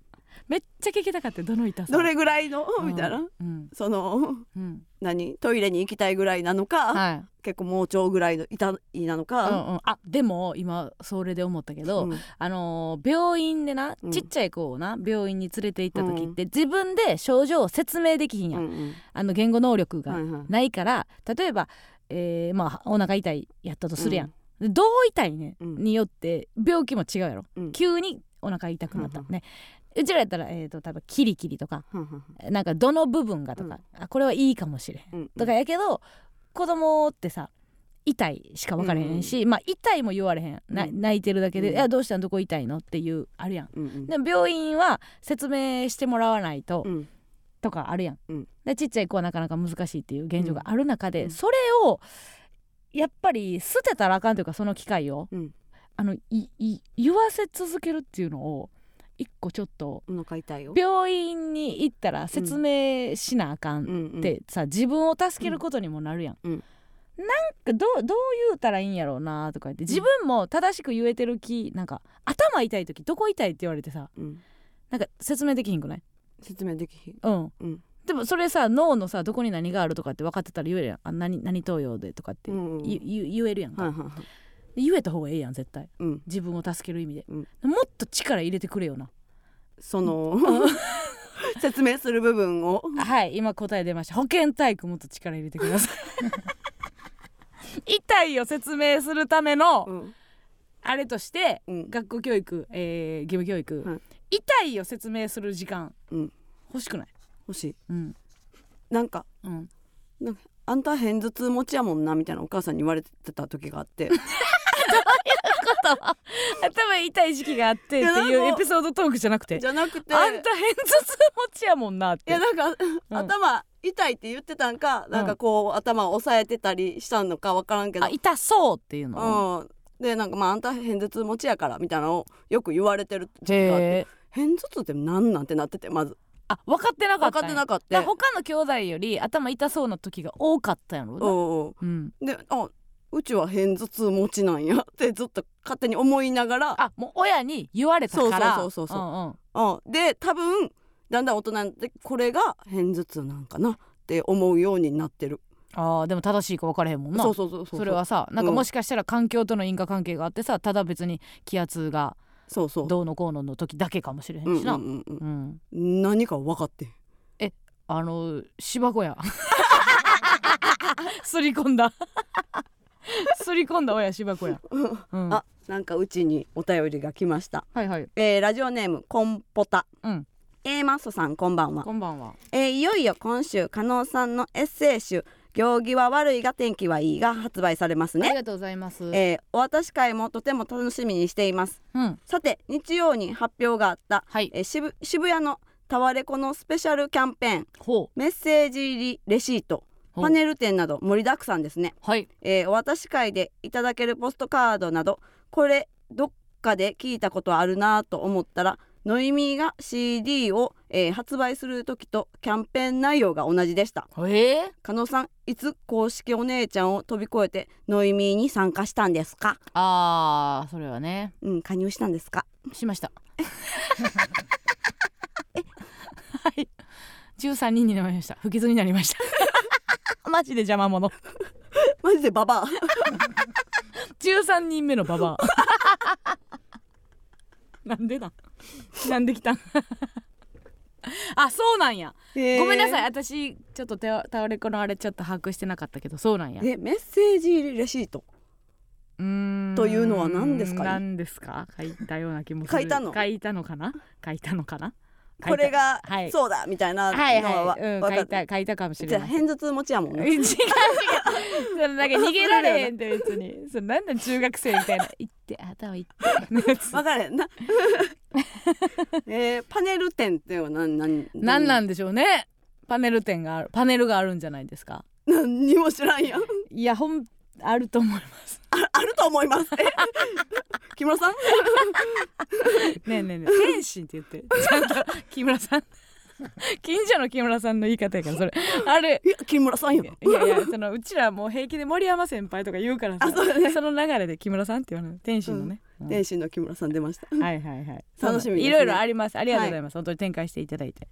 S2: めっちゃ聞きたかったどの痛さ
S1: どれぐらいの
S2: うん
S1: みたいな
S2: うん
S1: その
S2: うん
S1: 何トイレに行きたいぐらいなのか
S2: はい
S1: 結構盲腸ぐらいの痛いなの
S2: うん
S1: か
S2: うんあでも今それで思ったけど、
S1: うん
S2: あのー病院でな、
S1: うん
S2: ちっちゃい子をな病院に連れて行った時って、自分で症状を説明できひんや
S1: う
S2: ん、
S1: ん
S2: あの言語能力
S1: うんは
S2: が
S1: いはい
S2: ないから、例えば、えーまあ、お腹痛いやったとするやん、でどう痛いね、
S1: うん
S2: によって病気も違うやろ、
S1: うん
S2: 急にお腹痛くなった、
S1: うんう
S2: ねうちらやったら、えー、と多分キリキリとか
S1: うんうん
S2: なんかどの部分がとか、あこれはいいかもしれん
S1: うん
S2: とかやけど子供ってさ痛いしか分からへんし、まあ痛いも言われへんな
S1: うん
S2: 泣いてるだけで「
S1: うん
S2: いやどうしたんどこ痛いの?」っていうあるやん。
S1: うんうん
S2: でも病院は説明してもらわないと、
S1: うん
S2: とかあるやん。
S1: うん
S2: でちっちゃい子はなかなか難しいっていう現状がある中で、
S1: うん
S2: それをやっぱり捨てたらあかんというかその機会を、
S1: うん
S2: あのいい言わせ続けるっていうのを一個ちょっと
S1: お腹痛いよ
S2: 病院に行ったら説明しなあかん
S1: っ
S2: ってさ自分を助けることにもなるやん。
S1: うんうん
S2: なんかどうどう言うたらいいんやろうなとか言って自分も正しく言えてる気なんか頭痛い時どこ痛いって言われてさなんか説明できひんくない
S1: 説明できひん
S2: うん、
S1: うん
S2: でもそれさ脳のさどこに何があるとかって分かってたら言えるやんあ何何東洋でとかって、
S1: う
S2: い
S1: んうん
S2: 言言えるやんか、
S1: はいはいはい
S2: 言えた方がええやん絶対
S1: うん
S2: 自分を助ける意味で、
S1: うん
S2: もっと力入れてくれよな
S1: その 説明する部分を
S2: はい今答え出ました保健体育もっと力入れてくだ さい痛いを説明するための
S1: うん
S2: あれとして、
S1: うん
S2: 学校教育、えー義務教育、
S1: はい
S2: 痛いを説明する時間、
S1: うん
S2: 欲しくない
S1: 欲しい
S2: うん
S1: なんか
S2: うん
S1: あんた偏頭痛持ちやもんなみたいなお母さんに言われてた時があ って
S2: 頭痛い時期があってって
S1: いや
S2: い
S1: な
S2: うんエ
S1: か
S2: ピソードトークじゃなくて
S1: じゃなくて
S2: あんた偏頭痛持ちやもんなっ
S1: い
S2: て
S1: やなんか、頭痛いって言ってたんかなんかこう、頭を押さえてたりしたのか分からんけど
S2: あ痛そうっていうの
S1: うんでなんかまああんた偏頭痛持ちやからみたいなのをよく言われてる時期があって
S2: へー
S1: 偏頭痛って何なんてなっててまず
S2: あ分かってなか
S1: 分か
S2: ったん
S1: っ
S2: や
S1: てなかった
S2: だから他の兄弟より頭痛そうな時が多かったやろ
S1: う
S2: な、
S1: んうん
S2: うん、
S1: であうちは偏頭痛持ちなんやってずっと勝手に思いながら
S2: あもう親に言われたから
S1: そうそうそうそうそうん
S2: ん
S1: うん、で多分だんだん大人になってこれが偏頭痛なんかなって思うようになってる
S2: あーでも正しいか分からへんもんな
S1: そうそうそうそう
S2: それはさなんか
S1: うん
S2: もしかしたら環境との因果関係があってさただ別に気圧が
S1: そうそう
S2: どうのこうのの時だけかもしれへ
S1: うん
S2: ん
S1: う
S2: し
S1: ん
S2: な、
S1: うんうん
S2: うん
S1: 何か分かってん
S2: あの芝 子やすり込んだすり込んだ親芝子や、うん、
S1: あなんかうちにお便りが来ました、
S2: はいはい
S1: えー、ラジオネームコンポタ、
S2: うん、
S1: A マッソさんこんばんは、
S2: こんばんは
S1: えー、いよいよ今週加納さんのエッセイ集行儀は悪いが天気はいいが発売されます
S2: あり
S1: ね、
S2: がとうございます、
S1: えー、お渡し会もとても楽しみにしています
S2: うん
S1: さて日曜に発表があった、
S2: はい
S1: えー、渋渋谷のタワレコのスペシャルキャンペーン
S2: ほ
S1: メッセージ入りレシート
S2: お
S1: パネル展など盛りだくさんですね、
S2: うはい
S1: えー、お渡し会でいただけるポストカードなどこれどっかで聞いたことあるなぁと思ったらノイミーが CD を、えー発売する時とキャンペーン内容が同じでした
S2: えー、
S1: 加納さんいつ公式お姉ちゃんを飛び越えてノイミーに参加したんですか
S2: あーそれはね
S1: うん加入したんですか
S2: し ましたはい13人になりました不傷になりました マジで邪魔者
S1: マジでバ バア
S2: 13人目のババア なんでなんなんできたん あそうなんや、ごめんなさい
S1: い
S2: 私ちょっと手はタワレコのあれちょっと把握してなかったけどそうなんや
S1: えメッセージ入りレシート
S2: うーん
S1: というのは何ですか
S2: 何ですか書いたような気もする
S1: 書いたの
S2: 書いたのかな書いたのかな書 いた
S1: これが、
S2: はい
S1: そうだみたいなのは,、
S2: はいはい、うん、
S1: 分
S2: 書
S1: かっ
S2: いた書いたかもし
S1: じ
S2: れ
S1: ゃあ
S2: ない
S1: 偏頭痛持ちやもん
S2: 違う
S1: ね
S2: 違うそのなんか逃げられへんって別にそのなんなん中学生みたいな「行って頭行って」の やつ
S1: 分からへん なえー、パネル展っていうのは何何
S2: 何なんんでしょうねパネル展があるパネルがあるんじゃないですか
S1: 何にも知らんやん
S2: いやほんあると思います
S1: ああると思いますえ木村さん
S2: ねえねえねえ天心って言ってるちゃんと木村さん 近所の木村さんの言い方やからそれあれ
S1: いや木村さんやろ
S2: いやいやそのうちらもう平気で森山先輩とか言うからさ
S1: あそうだね
S2: その流れで木村さんって言わない天心のね、うん
S1: 天心の木村さん出ました
S2: はいはいはい
S1: 楽しみですね
S2: いろいろありますありがとうございます、本当に展開していただいて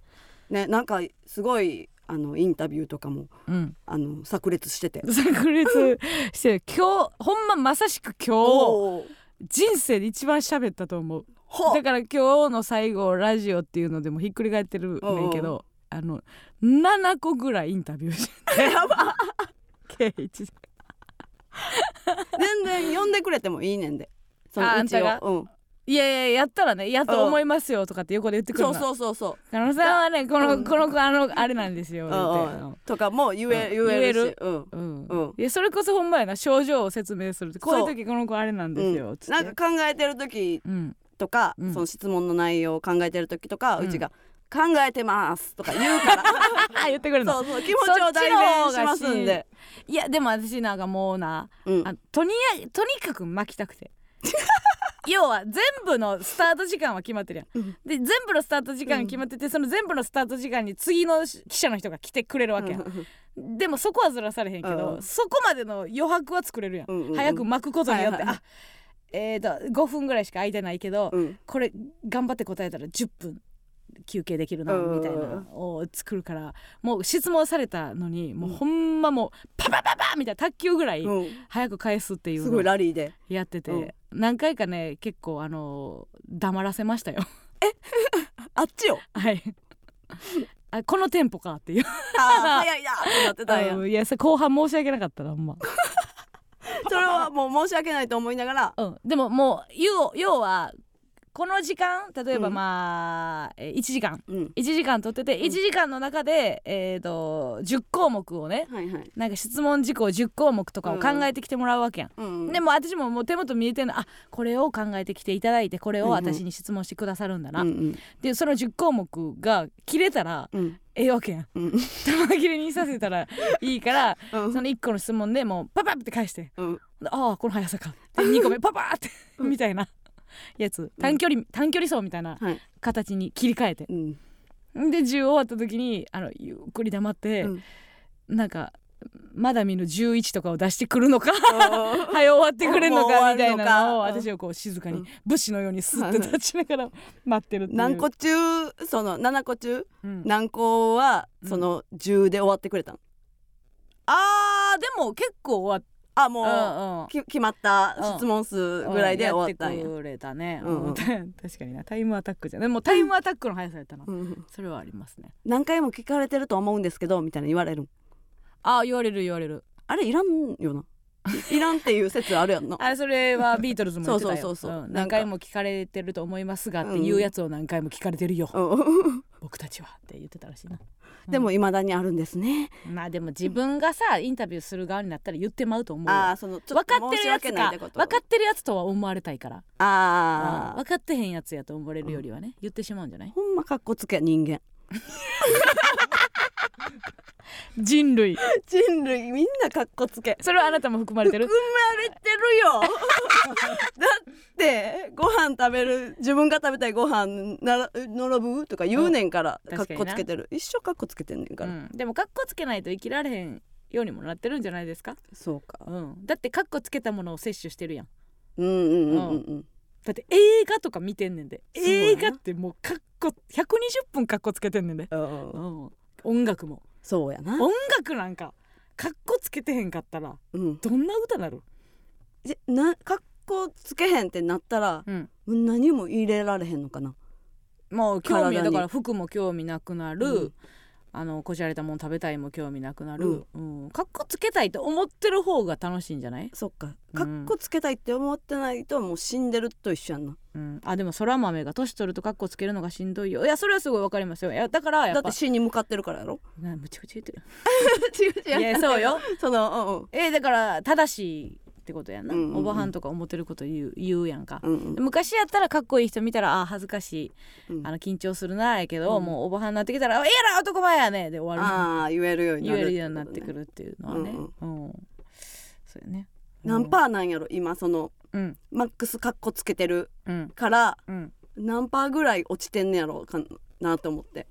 S1: ねなんかすごいあのインタビューとかも
S2: うん
S1: あの炸裂してて
S2: 炸裂してる今日ほんままさしく今日
S1: ー
S2: 人生で一番喋ったと思う
S1: ほ
S2: だから今日の最後ラジオっていうのでもひっくり返ってるねんけどあの7個ぐらいインタビューしてやば計一時
S1: 全然呼んでくれてもいいねんでそ
S2: あ
S1: の
S2: あ
S1: うんち
S2: たが
S1: をうん
S2: いやいややったらねやっと思いますよとかって横で言ってくる
S1: そ
S2: の
S1: うそうそうそう
S2: 加納さんはねこ
S1: う
S2: の
S1: ん
S2: この子あのあれなんですよって
S1: うんうんとかも言え,、
S2: うん
S1: 言えるし
S2: 言える
S1: うん
S2: うん
S1: うん
S2: いやそれこそほんまやな症状を説明するってこういう
S1: そう
S2: 時この子あれなんですよつって
S1: なんか考えてる時
S2: うん
S1: とか、
S2: うん
S1: その質問の内容を考えてる時とか、
S2: う
S1: うんちが「考えてます」とか言うから
S2: あ言ってくれるの
S1: そうそう気持ちを代弁しますんで。
S2: いやでも私なんかもうな
S1: うん
S2: あとにやとにかく巻きた くて要は全部のスタート時間は決まってるやん、
S1: うん
S2: で全部のスタート時間が決まってて、その全部のスタート時間に次の記者の人が来てくれるわけやん、でもそこはずらされへんけど、
S1: うん
S2: そこまでの余白は作れるやん、
S1: うんうんうん
S2: 早く巻くことによっ
S1: は
S2: て、
S1: いはい
S2: あえー、と5分ぐらいしか空いてないけど、
S1: うん
S2: これ頑張って答えたら10分休憩できるな
S1: うん
S2: みたいなのを作るからもう質問されたのにもうほんまもうパパパパみたいな卓球ぐらい
S1: うん
S2: 早く返すってい
S1: す
S2: う
S1: ごい
S2: のを
S1: ラリーで
S2: やってて、
S1: うん
S2: 何回かね結構あの黙らせましたよ
S1: あっちよ
S2: はいあこのテンポか っていう
S1: あー早いなってなってたんや
S2: うんいやそれ後半申し訳なかったなほんま
S1: それはもう申し訳ないと思いながら
S2: うん、でももう要要はこの時間例えば
S1: うん
S2: まあ、えー1時間
S1: うん
S2: 1時間取ってて1時間の中で、えー、と10項目をね
S1: はいはい
S2: なんか質問事項10項目とかを考えてきてもらうわけやん。
S1: うん
S2: でも私ももう手元見えてんのあこれを考えてきていただいてこれを
S1: はいはい
S2: 私に質問してくださるんだな、
S1: うんうん
S2: でその10項目が切れたら
S1: うん
S2: ええわけやん
S1: うん
S2: 玉切れにさせたらいいから
S1: うん
S2: その1個の質問でもうパパって返して
S1: うん
S2: でああこの速さかで2個 目パパーってみたいなやつ短距離、短距離走みたいな
S1: はい
S2: 形に切り替えて
S1: うん
S2: で10終わった時にあのゆっくり黙って、
S1: うん
S2: なんかまだ見ぬ11とかを出してくる のか
S1: あー
S2: 早終わってくれるの
S1: もう終わ
S2: か
S1: る
S2: みたい
S1: のか
S2: なの
S1: う
S2: を
S1: ん
S2: 私はこう静か
S1: う
S2: に
S1: ん
S2: 武士のようにスッて立ちながら待ってるっていう
S1: 何個中その7個中
S2: うん
S1: 何個は
S2: うん
S1: その10で終わってくれたの
S2: あーでも結構終
S1: あ
S2: わっ
S1: もう
S2: うんうん
S1: き決まった質問数ぐらいで
S2: うん
S1: 終わったん
S2: や
S1: や
S2: ってくれたね、
S1: うんうん
S2: うん 確かになタイムアタックじゃねもうタイムアタックの速さやったな、
S1: うん
S2: それはありますね
S1: 何回も聞かれてると思うんですけどみたいな言われるん
S2: ああ言われる言われる
S1: あれいらんよないいらんっていう説あるやんな
S2: あそ れはビートルズも言ってたよ
S1: そうそうそうそうん
S2: 何回も聞かれてると思いますがっていうやつを何回も聞かれてるよ、
S1: うん
S2: 僕たちはって言ってたらしいな
S1: でも未だにあるんですね
S2: まあでも自分がさインタビューする側になったら言ってまうと思う
S1: ああ
S2: わ
S1: そのちょ
S2: 分
S1: っと
S2: かって
S1: 申し
S2: るやつ
S1: 訳ないってこ
S2: か
S1: と
S2: 分かってるやつとは思われたいか
S1: あ
S2: らうん
S1: あ
S2: 分かってへんやつやと思われるよりはね言ってしまうんじゃない
S1: ほんまかっこつけや人間
S2: 人類
S1: 人類みんなかっこつけ
S2: それはあなたも含まれてる
S1: れてるよだ ってご飯食べる自分が食べたいご飯なら並ぶとか言うねんから、
S2: うん
S1: かっ
S2: 確かに
S1: こ
S2: な
S1: つけてる一生かっこつけてんねんから、
S2: うん、でもカッコつけないと生きられへんようにもなってるんじゃないですか、
S1: そうか
S2: うん、だってカッコつけたものを摂取してるやん
S1: うんうんうんうんうん
S2: だって映画とか見てんねんで
S1: そうやな
S2: 映画ってもうカッコ120分カッコつけてんねんで、
S1: うん
S2: うん、音楽も
S1: そうやな、
S2: 音楽なんかカッコつけてへんかったら
S1: うん、
S2: どんな歌なる、
S1: じなかっこつけへんってなったら
S2: うん、
S1: 何も入れられへんのかな
S2: もう興味
S1: 体に
S2: だから服も興味なくなる、
S1: うん
S2: あのこじゃれたもん食べたいも興味なくなる、うんカッコつけたいと思ってる方が楽しいんじゃない、
S1: そっか
S2: う
S1: かっ
S2: ん
S1: こつけたいって思ってないともう死んでると一緒やんな
S2: うん、あでも空豆が年取るとカッコつけるのがしんどいよいやそれはすごいわかりますよいやだからや
S1: だっ
S2: っぱ
S1: て死に向かってるからやろ
S2: なむちゃくちゃ言ってる
S1: 違う違
S2: いやそうよ
S1: その
S2: えだから正しいってことやんな、
S1: うんうんうん
S2: おばはんとか思ってること言う言うやんか、
S1: うんうんうん
S2: 昔やったらかっこいい人見たらあー恥ずかしい、
S1: うん
S2: あの緊張するなやけど、
S1: うん
S2: もうおばはんになってきたら「あええやろ男前やね」で終わる
S1: ああ言えるようにな
S2: 言
S1: るこ
S2: える
S1: と
S2: ようになっ
S1: ね
S2: てくるっていうのはね、
S1: うん
S2: うんそうやね
S1: 何パーなんやろ今その
S2: うん
S1: マックスカッコつけてる
S2: うん
S1: から
S2: うん
S1: 何パーぐらい落ちてんねやろうかなと思って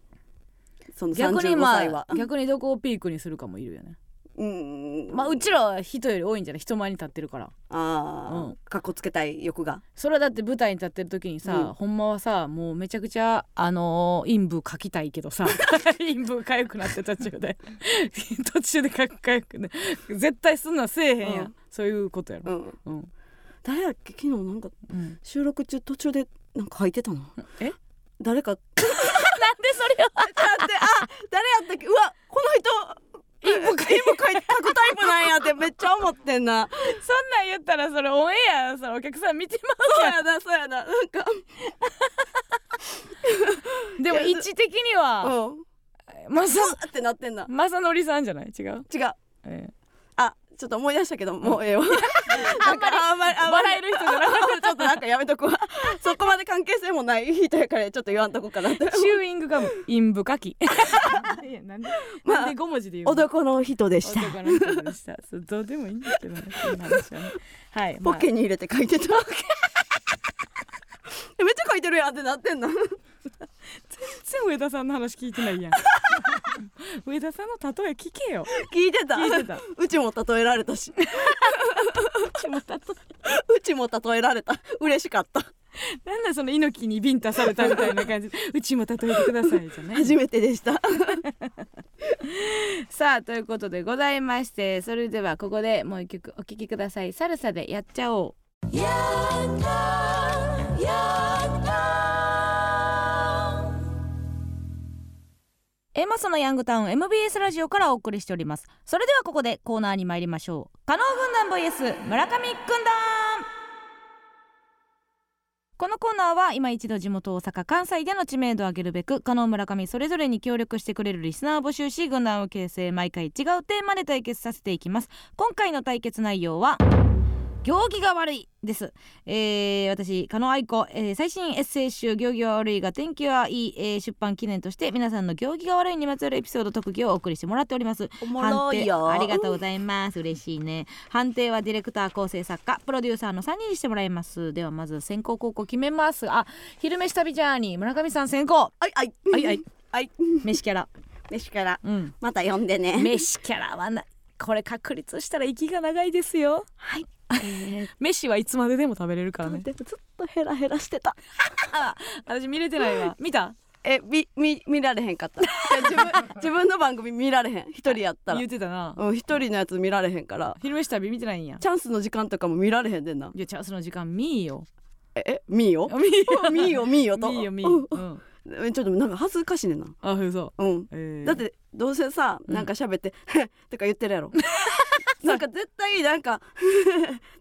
S1: その
S2: 逆
S1: 35
S2: に
S1: 歳
S2: ま
S1: は
S2: あ、逆にどこをピークにするかもいるよね、
S1: うん
S2: まあうちらは人より多いんじゃない人前に立ってるから
S1: あ
S2: う
S1: あカッコつけたい欲が
S2: それはだって舞台に立ってる時にさ、
S1: うん
S2: ほんまはさもうめちゃくちゃあのー陰部書きたいけど さ陰部かゆくなって途中で 途中でかかゆくね絶対すんのはせえへんやん、
S1: うん
S2: そういうことやろ、
S1: うん
S2: うん
S1: 誰やっけ昨日なんか
S2: うん、
S1: 収録中途中でなんか書いてたな
S2: え
S1: 誰かだ
S2: なんでそれを
S1: ってあ誰やったっけうわこの人インプ書いて書 くタイプなんやってめっちゃ思ってんな
S2: そんなん言ったらそれオンエアそのお客さん見て
S1: そう
S2: ま
S1: やなそうやななんか
S2: す でも位置的に は
S1: うんう
S2: まさ
S1: わってなってんな
S2: まさのりさんじゃない違う、
S1: 違う
S2: ええ
S1: あ、ちょっと思い出したけど、もうええわ。 なんかあんまり、あんまり、
S2: 笑える人じゃなく
S1: ちょっとなんかやめと くわ。そこまで関係性もない人やから、ちょっと言わんとこかな って。
S2: チューイングガム陰部書き いやなんで,、
S1: まあ
S2: なんで5文字で言うの
S1: 男の人でした。
S2: 男の人でした。そうどうでもいいんですけどね。そんな話 はねはい。
S1: ポケに入れて書いてた。 えめっちゃ書いてるやんってなってんの。
S2: まあ、上田さんの話聞いてないや ん。上田さんの例え聞けよ。
S1: 聞いてた。
S2: 聞いてた。
S1: うちも例えられたし。うちも例えられた。嬉しかった。
S2: なんだその猪木にビンタされたみたいな感じで。うちも例えてくださいじゃね。
S1: 初めてでした。
S5: さあということでございましてそれではここでもう一曲お聴きくださいサルサでやっちゃおう
S2: エマスのヤングタウン MBS ラジオからお送りしておりますそれではここでコーナーに参りましょう加納軍団 VS 村上軍団このコーナーは今一度地元大阪関西での知名度を上げるべく加納村上それぞれに協力してくれるリスナーを募集し軍団を形成毎回違うテーマで対決させていきます今回の対決内容は行儀が悪いです、えー私加納愛子、えー最新エッセイ集「行儀は悪いが天気はいい、えー出版記念として皆さんの行儀が悪いにまつわるエピソード特技をお送りしてもらっております
S1: おもろいよ
S2: 判定ありがとうございます嬉しいね判定はディレクター構成作家プロデューサーの3人にしてもらいますではまず先行後攻決めますあ昼飯旅ジャーニー村上さん先行
S1: はいはい
S2: はいはい
S1: はい
S2: 飯キャラ
S1: 飯から
S2: うん
S1: また呼んでね
S2: 飯キャラはなこれ確立したら息が長いですよ
S1: はい
S2: 飯はいつまででも食べれるから
S1: 待
S2: ね
S1: ってずっとヘラヘラしてた
S2: 私見れてないわ 見た
S1: えみみ見られへんかったいや自 分自分の番組見られへん一人やったら
S2: 言ってたな
S1: うん一人のやつ見られへんから
S2: 昼飯旅見てないんや
S1: チャンスの時間とかも見られへんでんない
S2: やチャンスの時間見いよ
S1: ええ見いよ
S2: 見いよ
S1: 見いよ見いよと
S2: 見いよ見いよ、うん、
S1: うんえちょっとなんか恥ずかしいねんな
S2: あそ
S1: うん
S2: う、えー
S1: だってどうせさ
S2: うん
S1: なんか喋って 「とか言ってる やろなんか絶対なんか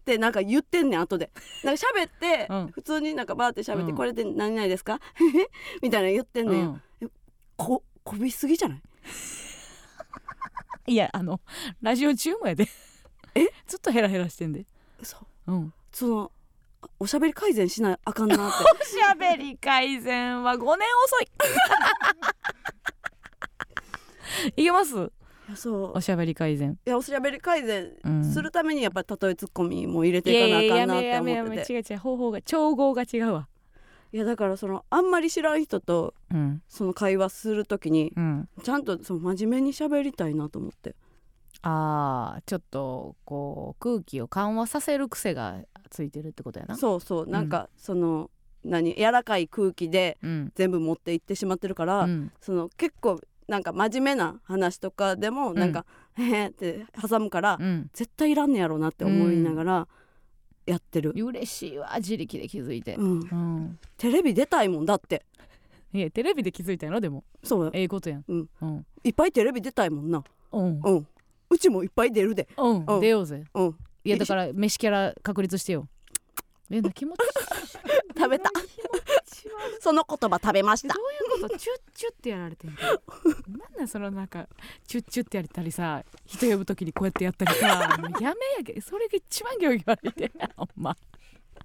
S1: ってなんか言ってんねん後でなんか喋って、
S2: うん
S1: 普通になんかバーって喋って、
S2: うん
S1: これで何々ですか みたいな言ってん
S2: う
S1: ねんよ、
S2: ん
S1: ここびすぎじゃない
S2: いやあのラジオ中もやでえ ずっとヘラヘラしてんで
S1: そう
S2: うん
S1: そのあおしゃべり改善しないあかんなって
S2: おしゃべり改善は5年遅 いいけます
S1: いやそう
S2: おしゃべり改善
S1: いやおしゃべり改善
S2: うん
S1: するためにやっぱりたとえツッコミも入れて
S2: い
S1: い
S2: や
S1: か
S2: いや
S1: なあか
S2: や
S1: んなって
S2: めやめや
S1: 思っ
S2: め
S1: てて
S2: 違う違う方法が調合が違うわ
S1: いやだからそのあんまり知らん人と
S2: うん
S1: その会話するときに
S2: うん
S1: ちゃんとその真面目に喋りたいなと思って
S2: あーちょっとこう空気を緩和させる癖がついてるってことやな
S1: そうそうなんかその、何柔らかい空気で
S2: うん
S1: 全部持っていってしまってるから、
S2: うん
S1: その結構なんか真面目な話とかでもなんか、へへって挟むから、
S2: うん
S1: 絶対いらんねやろうなって思いながらやってる、
S2: 嬉しいわ自力で気づいて
S1: うん
S2: うん
S1: テレビ出たいもんだって
S2: いやテレビで気づいたんやろでも
S1: そうよ
S2: ええことやん
S1: うん
S2: うん
S1: いっぱいテレビ出たいもんな
S2: うん
S1: うんうちもいっぱい出るで
S2: うん、
S1: うん
S2: 出ようぜ
S1: うん
S2: いやだから飯キャラ確立してよえな気持ち
S1: 食べたその言葉食べました
S2: どういうことチュッチュッってやられてんの なんなんそのなんかチュッチュッってやったりさ人呼ぶときにこうやってやったりさもうやめやけそれが一番行儀悪いでほんま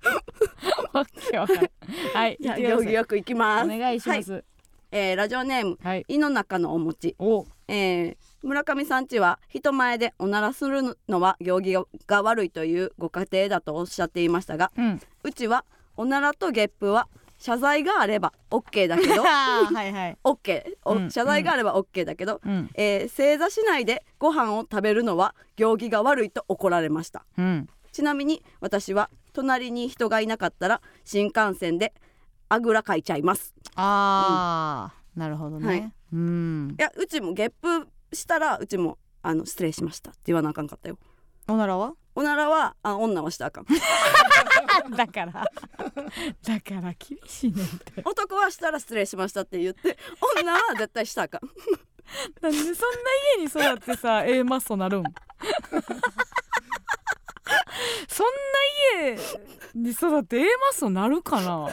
S2: わけわからんはい
S1: じゃあ行
S2: 行っ
S1: 儀
S2: てください
S1: よくいきます
S2: お願いします
S1: は
S2: はい、
S1: えーラジオネーム胃の中のお餅
S2: お
S1: えー村上さんちは人前でおならするのは行儀が悪いというご家庭だとおっしゃっていましたが
S2: うん
S1: うちはおならとゲップは謝罪があれば OK だけど
S2: はいはい、
S1: OK、お
S2: うん
S1: 謝罪があれば OK だけど、
S2: うん
S1: えー正座しないでご飯を食べるのは行儀が悪いと怒られました
S2: うん、
S1: ちなみに私は隣に人がいなかったら新幹線であぐらかいちゃいます
S2: あー、なるほどね、
S1: はい
S2: うん
S1: いやうちもゲップしたらうちもあの失礼しましたって言わなあかんかったよ
S2: おならは
S1: おならはあ女はしたらあか ん
S2: だから だから厳しいねんって
S1: 男はしたら失礼しましたって言って女は絶対したらあかん
S2: なんでそんな家に育って さ A マッソなるん そんな家に育って A マッソなるかな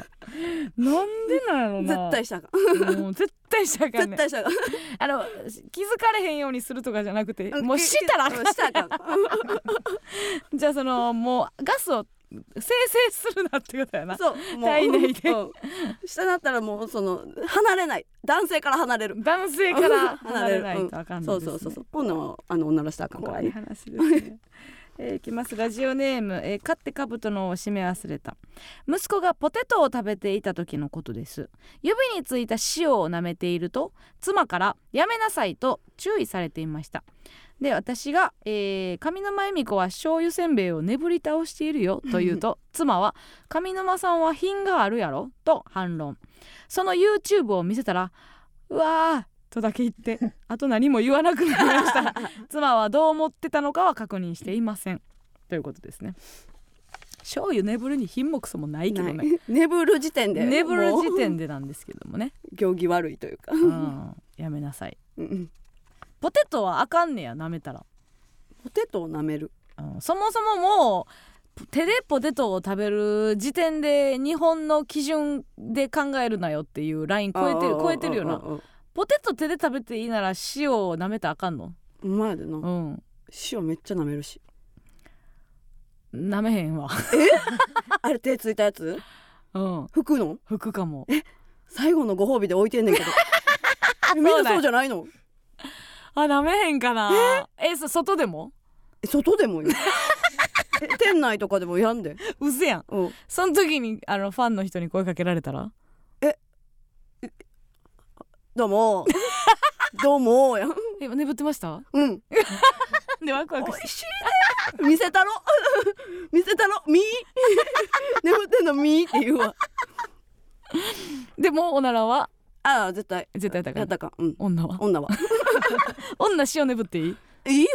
S2: なんでなんやろな
S1: 絶対したらあかん
S2: 対もう絶対したらあかんね
S1: 絶対
S2: ん
S1: したらあかん
S2: あの気づかれへんようにするとかじゃなくてもうしたらあかん
S1: うんしたらあかん
S2: じゃあそのもうガスを生成するなってことやな
S1: そうもう
S2: 体内で
S1: うんしたなったらもうその離れない男性から離れる
S2: 男性から離れないとあかん
S1: そ
S2: の
S1: う
S2: です、ね
S1: そうそうそう女はあのおならしたらあかんから
S2: 怖い
S1: ね
S2: 話ですね。 えーいきますラジオネーム、えー、買って兜のを締め忘れた息子がポテトを食べていた時のことです指についた塩を舐めていると妻から「やめなさい」と注意されていましたで私が、えー上沼恵美子は醤油せんべいをねぶり倒しているよ」と言うと妻は「上沼さんは品があるやろ」と反論その YouTube を見せたら「うわー」とだけ 言ってあと何も言わなくなりました妻はどう思ってたのかは確認していませんということですね醤油ねぶるに品目そもないけど
S1: な
S2: ね
S1: い眠る時点で
S2: ねぶる時
S1: もう
S2: 点でなんですけどもね、
S1: 行儀悪いというか
S2: うん、やめなさい
S1: うんうん
S2: ポテトはあかんねや舐めたら、
S1: ポテトを舐める
S2: うんそもそももう手でポテトを食べる時点で日本の基準で考えるなよっていうライン超えてる超えてるよ
S1: あ
S2: な
S1: ああああ
S2: ポテト手で食べていいなら塩を舐めたらあかんの
S1: うまいでな
S2: うん
S1: 塩めっちゃ舐めるし
S2: 舐めへんわ
S1: あれ手ついたやつ
S2: うん
S1: 拭くの
S2: 服かも
S1: 最後のご褒美で置いてんねん けどえみんなそうじゃないの
S2: あ舐めへんかなえそ外でも
S1: え外でもよえ店内とかでもやんで、
S2: うせやん
S1: うん、
S2: その時にあのファンの人に声かけられたら
S1: どう もどうもやん
S2: え眠ってました
S1: うん
S2: でワクワ
S1: 美
S2: クして
S1: 味しいね見せたろ 見せたろみー 眠ってんのみーって言うわ
S2: でもおならは
S1: ああ絶対
S2: 絶対高
S1: や
S2: い
S1: ったかうん
S2: 女は
S1: 女は
S2: 女塩眠っていい
S1: いいよ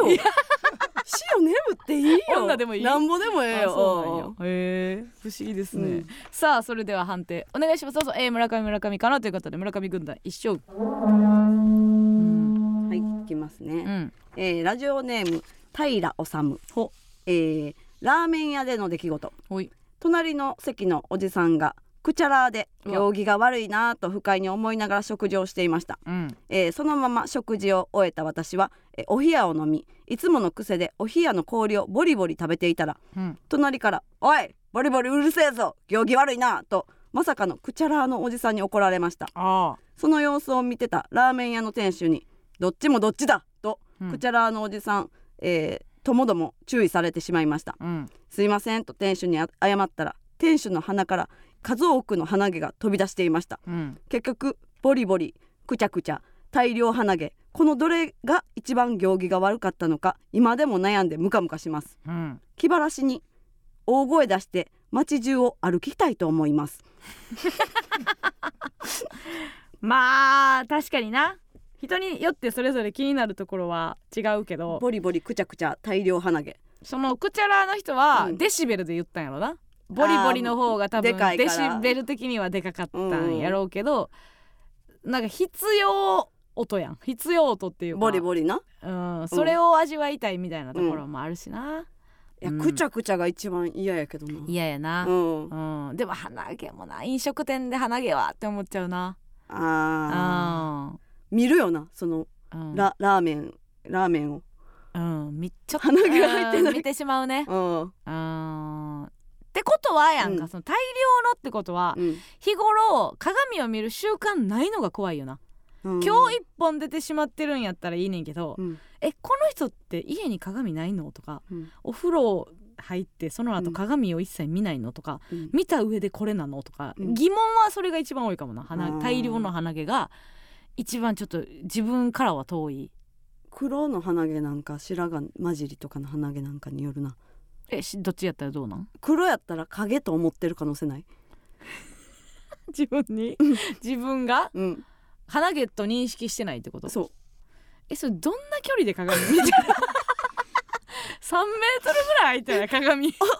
S1: 塩眠っていいよ
S2: 女でもいい
S1: なんぼでもええ
S2: あ
S1: よ
S2: そうなんやへえ不思議ですね、
S1: うん
S2: さあそれでは判定お願いしますどうぞえー、村上村上かなということで村上軍団一勝うん、
S1: はいいきますね、
S2: うん、
S1: えーラジオネーム平治
S2: ほ
S1: えーラーメン屋での出来事
S2: ほい
S1: 隣の席のおじさんがくちゃらーで
S2: うわ
S1: 行儀が悪いなぁと不快に思いながら食事をしていました、
S2: うん
S1: えーそのまま食事を終えた私は、えーお冷やを飲みいつもの癖でお冷やの氷をボリボリ食べていたら
S2: うん
S1: 隣から「おいボリボリうるせえぞ行儀悪いなぁ」とまさかのくちゃらーのおじさんに怒られました
S2: ああ
S1: その様子を見てたラーメン屋の店主に「どっちもどっちだ!」と
S2: うん
S1: くちゃらーのおじさん、えーともども注意されてしまいました
S2: うん
S1: 「すいません」と店主にあ謝ったら店主の鼻から数多くの鼻毛が飛び出していました
S2: うん
S1: 結局ボリボリくちゃくちゃ大量鼻毛このどれが一番行儀が悪かったのか今でも悩んでムカムカします
S2: うん
S1: 気晴らしに大声出して街中を歩きたいと思います
S2: まあ確かにな人によってそれぞれ気になるところは違うけど
S1: ボリボリくちゃくちゃ大量鼻毛
S2: そのクチャラの人は
S1: うん
S2: デシベルで言ったんやろな、ボリボリの方が多分
S1: でかいか
S2: デシ
S1: ら
S2: ベル的にはでかかったんやろうけど、なんか必要音やん必要音っていうか
S1: ボリボリな
S2: うん、それを味わいたいみたいなところもあるしな、
S1: いや、
S2: うん
S1: くちゃくちゃが一番嫌やけどな。
S2: 嫌やな、
S1: うん。
S2: うんでも鼻毛もな飲食店で鼻毛はって思っちゃうな
S1: ああ。
S2: あ
S1: 見るよな、その、
S2: ーうん
S1: ララーメン、ラーメンを。
S2: うんみちょっと
S1: 鼻毛が入ってな
S2: うん
S1: い
S2: 見てしまうね
S1: うん。
S2: うんってことはやんか、
S1: うん
S2: その大量のってことは
S1: うん。
S2: 日頃鏡を見る習慣ないのが怖いよな、
S1: うん
S2: 今日一本出てしまってるんやったらいいねんけど、
S1: うん
S2: えこの人って家に鏡ないのとか、
S1: うん
S2: お風呂入ってその
S1: う
S2: 後
S1: ん
S2: 鏡を一切見ないのとか、
S1: うん
S2: 見た上でこれなのとか、
S1: うん
S2: 疑問はそれが一番多いかもな
S1: あ
S2: 鼻
S1: ー
S2: 大量の鼻毛が一番ちょっと自分からは遠い
S1: 黒の鼻毛なんか白髪混じりとかの鼻毛なんかによるな
S2: えしどっちやったらどうなん
S1: 黒やったら影と思ってる可能性ない
S2: 自分に 自分が
S1: うん
S2: 鼻毛と認識してないってこと
S1: そう
S2: えそれどんな距離で鏡見てる3メー トルぐらい空いてな い鏡
S1: 男の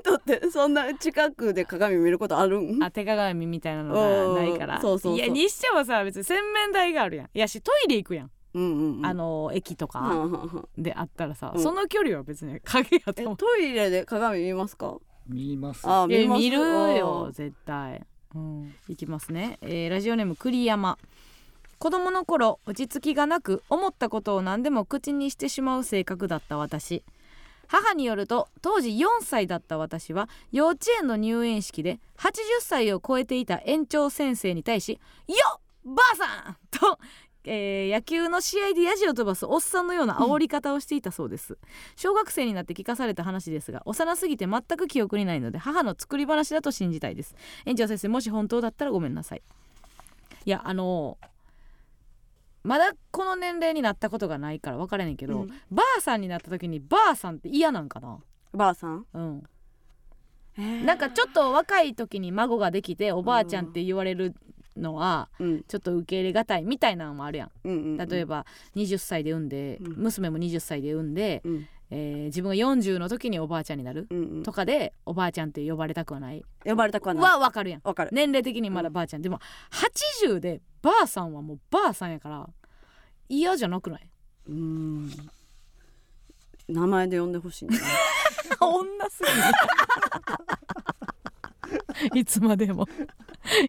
S1: 人ってそんな近くで鏡見ることあるん
S2: あ手鏡みたいなのがないから
S1: そうそうそう
S2: やにしてもさ別に洗面台があるやんいやしトイレ行くやん、
S1: うんうんうん
S2: あの駅と
S1: はん
S2: か
S1: はんはん
S2: であったらさ、
S1: うん
S2: その距離は別に影やと
S1: え
S2: 思う
S1: トイレで鏡見ますか
S6: 見ます
S1: あー
S2: いや
S1: ます
S2: 見るよ絶対、うん、いきますね、えーラジオネーム栗山子供の頃落ち着きがなく思ったことを何でも口にしてしまう性格だった私母によると当時4歳だった私は幼稚園の入園式で80歳を超えていた園長先生に対し「よっばあさん!」と、えー野球の試合でヤジを飛ばすおっさんのような煽り方をしていたそうです、小学生になって聞かされた話ですが幼すぎて全く記憶にないので母の作り話だと信じたいです園長先生もし本当だったらごめんなさいいやあのまだこの年齢になったことがないから分からへんけど、
S1: うん
S2: ばあさんになった時にばあさんって嫌なんかな
S1: ばあさん
S2: うん、
S1: えー
S2: なんかちょっと若い時に孫ができておばあちゃんって言われるのは
S1: うん
S2: ちょっと受け入れがたいみたいなのもあるやん
S1: うんうんうん
S2: 例えば20歳で産んで
S1: うん
S2: 娘も20歳で産んで、
S1: うん
S2: えー自分が40の時におばあちゃんになる
S1: うんうん
S2: とかでおばあちゃんって呼ばれたくはない
S1: 呼ばれたくはない
S2: はわかるやん
S1: わかる
S2: 年齢的にまだばあちゃんでも80でばあさんはもうばあさんやから
S7: 嫌じゃなくない
S1: うん名前で呼んでほしい な
S2: 女すぎいつまでも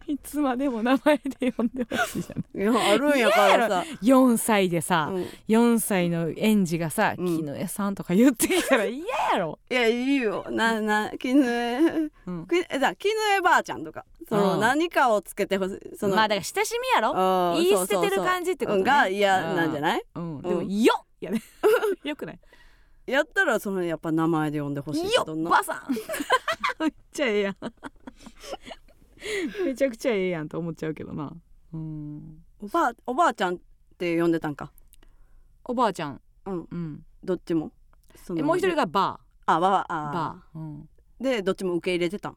S2: いつまでも名前で呼んでほしいじゃん
S1: いやあるんやからさ、
S2: 4歳でさ、
S1: うん、い
S2: 4歳の園児がさ「
S1: うん
S2: 木の絵さん」とか言ってきたら嫌やろ、
S1: やいいよなな絹江
S2: うん
S1: きえだ絹江ばあちゃんとかその
S2: うん
S1: 何かをつけてほしいその
S2: まあだから親しみやろ
S1: あー
S2: 言い捨ててる
S1: そうそうそう
S2: 感じってこと、ね、
S1: うんが嫌なんじゃ
S2: い、
S1: ない
S2: うん、でも「
S1: うん
S2: よっ!」 やねよくない
S1: やったらそのやっぱ名前で呼んでほしい
S2: よ
S1: ど
S2: っ
S1: んな
S2: ばさんめっちゃええやんめちゃくちゃええやんと思っちゃうけどなうん
S1: おばあおばあちゃんって呼んでたんか
S2: おばあちゃん
S1: うん
S2: うん
S1: どっちもそ
S2: えもう一人がば
S1: あば
S2: あ
S1: あ
S2: ばあ、うん、
S1: でどっちも受け入れてたん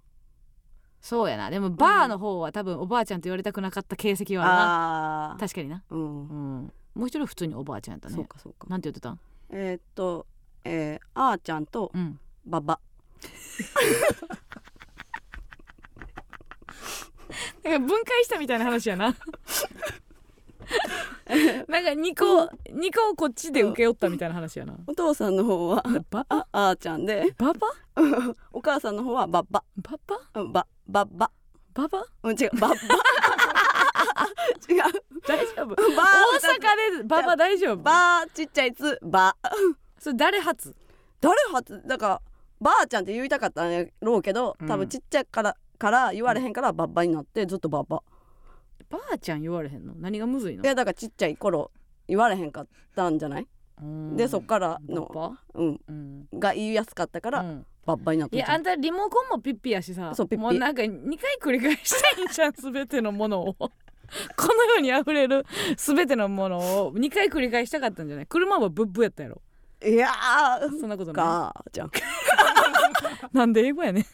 S2: そうやなでもばあの方は多分おばあちゃんと言われたくなかった形跡はあるな
S1: ああ
S2: 確かにな、
S1: うん
S2: うん、もう一人普通におばあちゃんやったね
S1: そうかそうか
S2: なんて言ってたん
S1: えーっとえーあーちゃんと
S2: うん
S1: ばば
S2: なんか分解したみたいな話や ななんか2個二個をこっちで受け負ったみたいな話やな
S1: お父さんの方は
S2: ばば
S1: ああーちゃんで
S2: ばば
S1: うんお母さんの方はばば
S2: ばば
S1: うんばばば
S2: ばば
S1: うん違うばば 違う
S2: 大丈夫
S1: ば
S2: 大阪でババ大丈夫
S1: ばちっちゃいつば
S2: それ誰発
S1: 誰発だからばあちゃんって言いたかったんやろうけど
S2: うん
S1: 多分ちっちゃいからから言われへんからばっばになってずっとばっば
S2: ばあちゃん言われへんの何がむずいの
S1: いやだからちっちゃい頃言われへんかったんじゃないでそっか
S2: か
S1: らの
S2: ばば
S1: うん
S2: うん
S1: が言いやすかったから
S2: うん
S1: ばっばになっ
S2: い
S1: て
S2: やあんたリモコンもピッピやしさ
S1: そうピッピ
S2: もうなんか2回繰り返したいんじゃん全てのものを この世にあふれる全てのものを2回繰り返したかったんじゃない車はブッブやったやろ
S1: いやー
S2: そんなことな
S1: かーちゃん
S2: いなんで英語やねん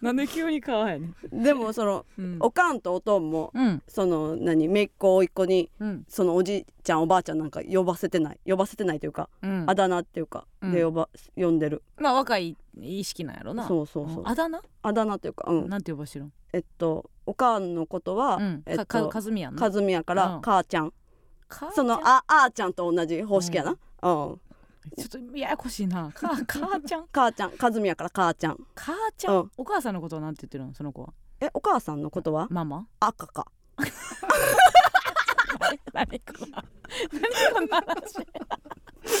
S2: なんで急に顔やねん
S1: でもその
S2: うん
S1: おかんとおとんも
S2: うん
S1: その何めいっ子おいっ子に
S2: うん
S1: そのおじいちゃんおばあちゃんなんか呼ばせてない呼ばせてないというか、
S2: うん
S1: あだ名っていうか
S2: うん
S1: で呼ば呼んでる、
S2: まあ若い意識なんやろな
S1: そうそうそう
S2: あだ名
S1: あだ名というかうん
S2: なんて呼ばしろん
S1: えっとおかんのことは、
S2: うん
S1: えっ
S2: かか
S1: と
S2: かずみやんな
S1: 和美やから、
S2: うん
S1: 母ちゃん
S2: か
S1: その
S2: ちゃん
S1: ああーちゃんと同じ方式やな、うん
S2: ちょっとややこしいなか母ちゃん
S1: 母ちゃん和美やから母ちゃん
S2: 母ちゃん、
S1: うん
S2: お母さんのことはなんて言ってるのその子は
S1: えお母さんのことは
S2: ママ
S1: 赤か
S2: 何この何この話赤かって何赤かちょっ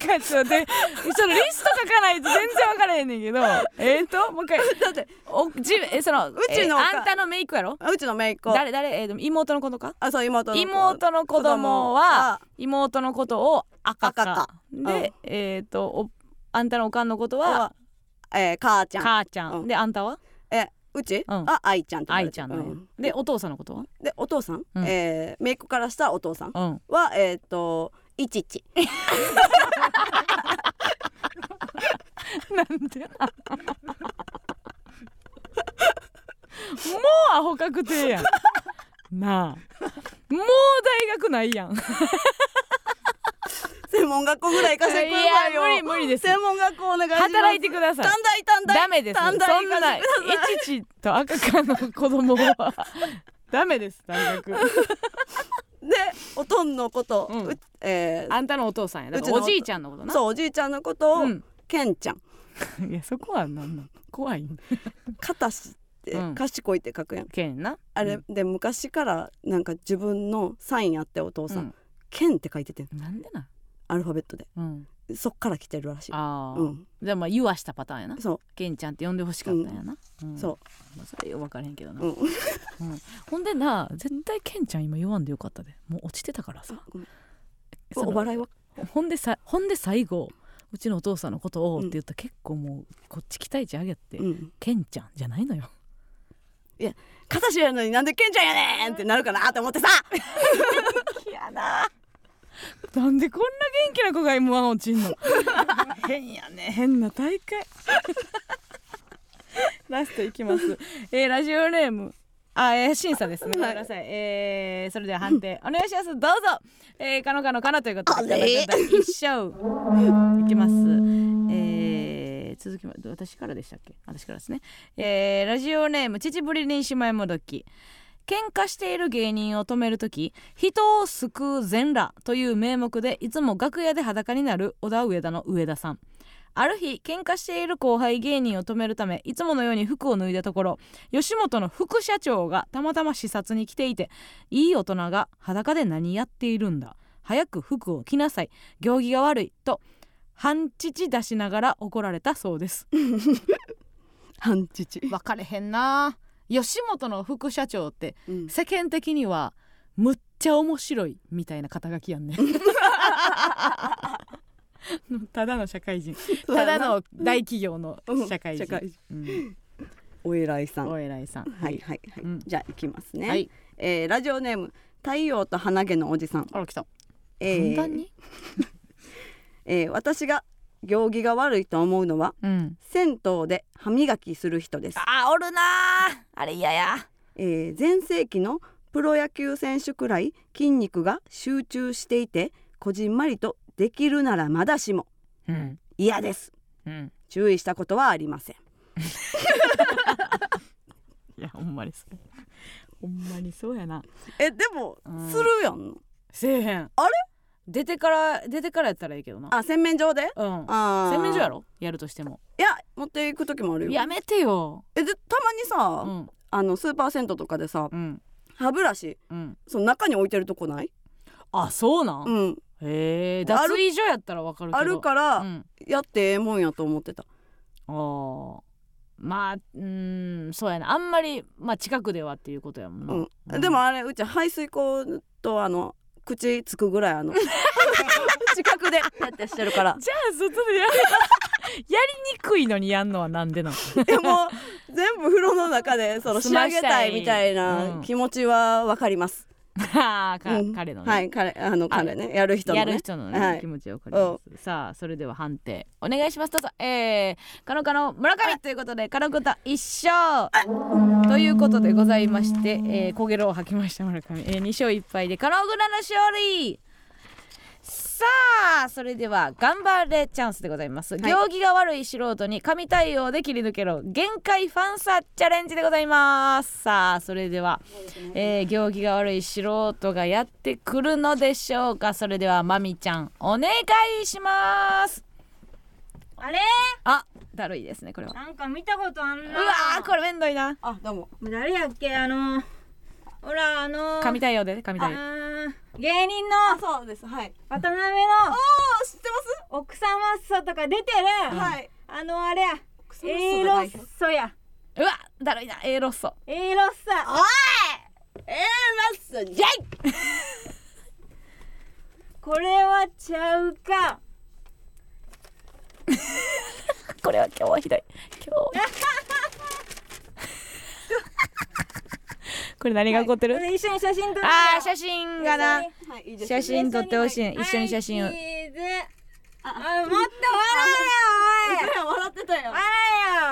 S2: と待ってそのリスト書かないと全然分からへんねんけどえっ、ー、ともう一回
S1: だって
S2: おじえそのう
S1: ちのお
S2: え
S1: か
S2: あんたの姪っ子やろ
S1: うちの姪っ子
S2: 誰誰、えー、でも妹のことか
S1: あそう妹の子
S2: 妹の子供は妹のことを赤か
S1: 赤か
S2: で、えっ、とおあんたのおかんのことは
S1: はえー母ちゃん
S2: 母ちゃん、
S1: うん
S2: であんたは
S1: えうち、
S2: うん
S1: あ愛ちゃんって言われ
S2: 愛
S1: て
S2: ちゃん
S1: う
S2: の、でお父さんのことは
S1: でお父さん、
S2: うん
S1: えー姪っ子からしたお父さん
S2: うん
S1: はえーっ、といちち
S2: なんでなもうアホ確定やんなあもう大学ないやんい
S1: 専門学校ぐらい行かせてくださいよ
S2: や無理無理です
S1: 専門学校お願いします
S2: 働いてください
S1: 短大短大
S2: ダメですそ
S1: 短
S2: ん
S1: 大行かせてく
S2: ない
S1: ださい
S2: ちと赤かの子 供はダメです大学
S1: でおとんのこと、
S2: うん
S1: うえー
S2: あんたのお父さんやだか
S1: うち
S2: らお
S1: の
S2: じいちゃんのことな
S1: そうおじいちゃんのことを、
S2: ん、
S1: けんちゃん
S2: いやそこはなんなん怖いん
S1: かたしって、
S2: うん
S1: 賢いって書くやん
S2: けんな
S1: あれ、で昔からなんか自分のサインあってお父さ
S2: うん
S1: ん「け、ん」って書いててん
S2: うんなんでな、
S1: アルファベットで
S2: うん、
S1: そっから来てるらしい
S2: ああ、
S1: うん
S2: じゃあまあ言わしたパターンやな
S1: そ
S2: ケンちゃんって呼んでほしかったんやな、
S1: うそ
S2: まあ、それよう分からへんけどな、
S1: う、うん、
S2: ほんでな絶対ケンちゃん今言わんでよかったでもう落ちてたからさ
S1: ごめん
S2: その
S1: お笑いは
S2: ほんでさほんで最後うちのお父さんのことをって言ったら結構もうこっち期待値上げて、
S1: うん
S2: ケンちゃんじゃないのよ
S1: 「かたしやのになんでけんちゃんやねん!」ってなるかなと思 ってさ
S2: なんでこんな元気な子が m 1落ちんの 変やね変な大会ラストいき ますえーラジオネームあ、えー、審査ですね。ごめんなさい。えー、それでは判定お願いします。どうぞ。えー、かのかのかなということで。
S1: あれ
S2: いただきましょう。いきます。えー、続きま私からでしたっけ私からですね。えー、ラジオネーム、秩父りにしまいもどき。
S5: 喧嘩している芸人を止める時人を救う全裸という名目でいつも楽屋で裸になる小田上田の上田さんある日喧嘩している後輩芸人を止めるためいつものように服を脱いだところ吉本の副社長がたまたま視察に来ていていい大人が裸で何やっているんだ早く服を着なさい行儀が悪いと半乳出しながら怒られたそう です
S1: 半乳、
S2: 分かれへんな吉本の副社長って
S1: うん
S2: 世間的にはむっちゃ面白いみたいな肩書きやんねただの社会人ただの大企業の社会人,、うん
S1: お偉いさんは
S2: お偉いさん
S1: いはいはい、
S2: うん
S1: じゃあいきますね、
S2: はい
S1: えーラジオネーム太陽と花毛のおじさん、
S2: あら来た
S1: えー
S2: に
S1: えー私が行儀が悪いと思うのは
S5: うん
S1: 銭湯で歯磨きする人です
S5: あーおるなーあれ嫌や
S1: えー前世紀のプロ野球選手くらい筋肉が集中していてこじんまりとできるならまだしも
S5: うん
S1: 嫌です
S5: うん
S1: 注意したことはありません
S5: いやほんまにそうほんまにそうやな
S1: えでも
S5: うん
S1: するやん
S5: せえへん
S1: あれ
S5: 出てから出てからやったらいいけどな
S1: あ洗面所で
S5: うん
S1: あー
S5: 洗面所やろやるとしても
S1: いや持っていく時もあるよ
S5: やめてよ
S1: えでたまにさ
S5: う、ん
S1: あのスーパー銭湯とかでさ
S5: うん
S1: 歯ブラシ
S5: うん
S1: その中に置いてるとこない
S5: あそうなん、
S1: うん
S5: へえ
S1: あ
S5: 脱
S1: る
S5: 衣所やったらわかるけど
S1: あるから
S5: う
S1: ら
S5: ん、
S1: やってええもんやと思ってた
S5: あーまあうーんそうやなあんまりまあ近くではっていうことやもんな、
S1: うん
S5: うん
S1: でもあれうち排水口とあの口つくぐらいあ の近くでやってしてるから
S5: じゃあ外でやるやりにくいのにやんのはなんでなの
S1: えもう全部風呂の中でその仕
S5: 済ま
S1: 上
S5: し
S1: げ
S5: た
S1: た
S5: い
S1: いみたい
S5: うん
S1: な気持ちはわかります、
S5: あーか、
S1: うん
S5: 彼のね、
S1: はい彼あの彼ねやる人
S5: や
S1: の
S5: る
S1: ね
S5: 人のね、
S1: はい
S5: 気持ちを分かりますさあそれでは判定お願いしますどうぞえー、カノカノ村上ということでカノ君と一勝ということでございまして、えー、焦げろを吐きました村上、えー、2勝1敗でカノグラの勝利さあそれでは頑張れチャンスでございます、
S1: い
S5: 行儀が悪い素人に神対応で切り抜けろ限界ファンサチャレンジでございますさあそれではえー、行儀が悪い素人がやってくるのでしょうかそれではまみちゃんお願いします
S8: あれ
S5: あだるいですねこれは
S8: なんか見たことあんな
S5: うわーこれめんどいな
S1: あどうも
S8: 誰やっけあのほらあの
S5: 神対応でね神
S8: あ
S5: 対応
S8: ー芸人の
S1: あそうですはい
S8: 渡辺の
S1: あ知って
S8: 奥様さとか出て
S1: ま
S8: る、
S1: すはい
S8: あのあれや
S1: その
S8: エ
S1: 人
S8: イ
S1: が
S8: ロ
S1: 代表
S8: ッソや
S5: うわだるいな A ロッソ
S8: エイロッソ
S1: エイロッソジェイ
S8: これはちゃうか
S5: これは今日はひどい今日は これ何が起こってる、
S8: これ一緒に写真撮る
S5: あー写真がな
S1: はいいいです
S5: 写真撮ってほしい一緒に写真を
S8: はいチーズあもっと笑えよおい
S1: 笑ってたよ
S8: 笑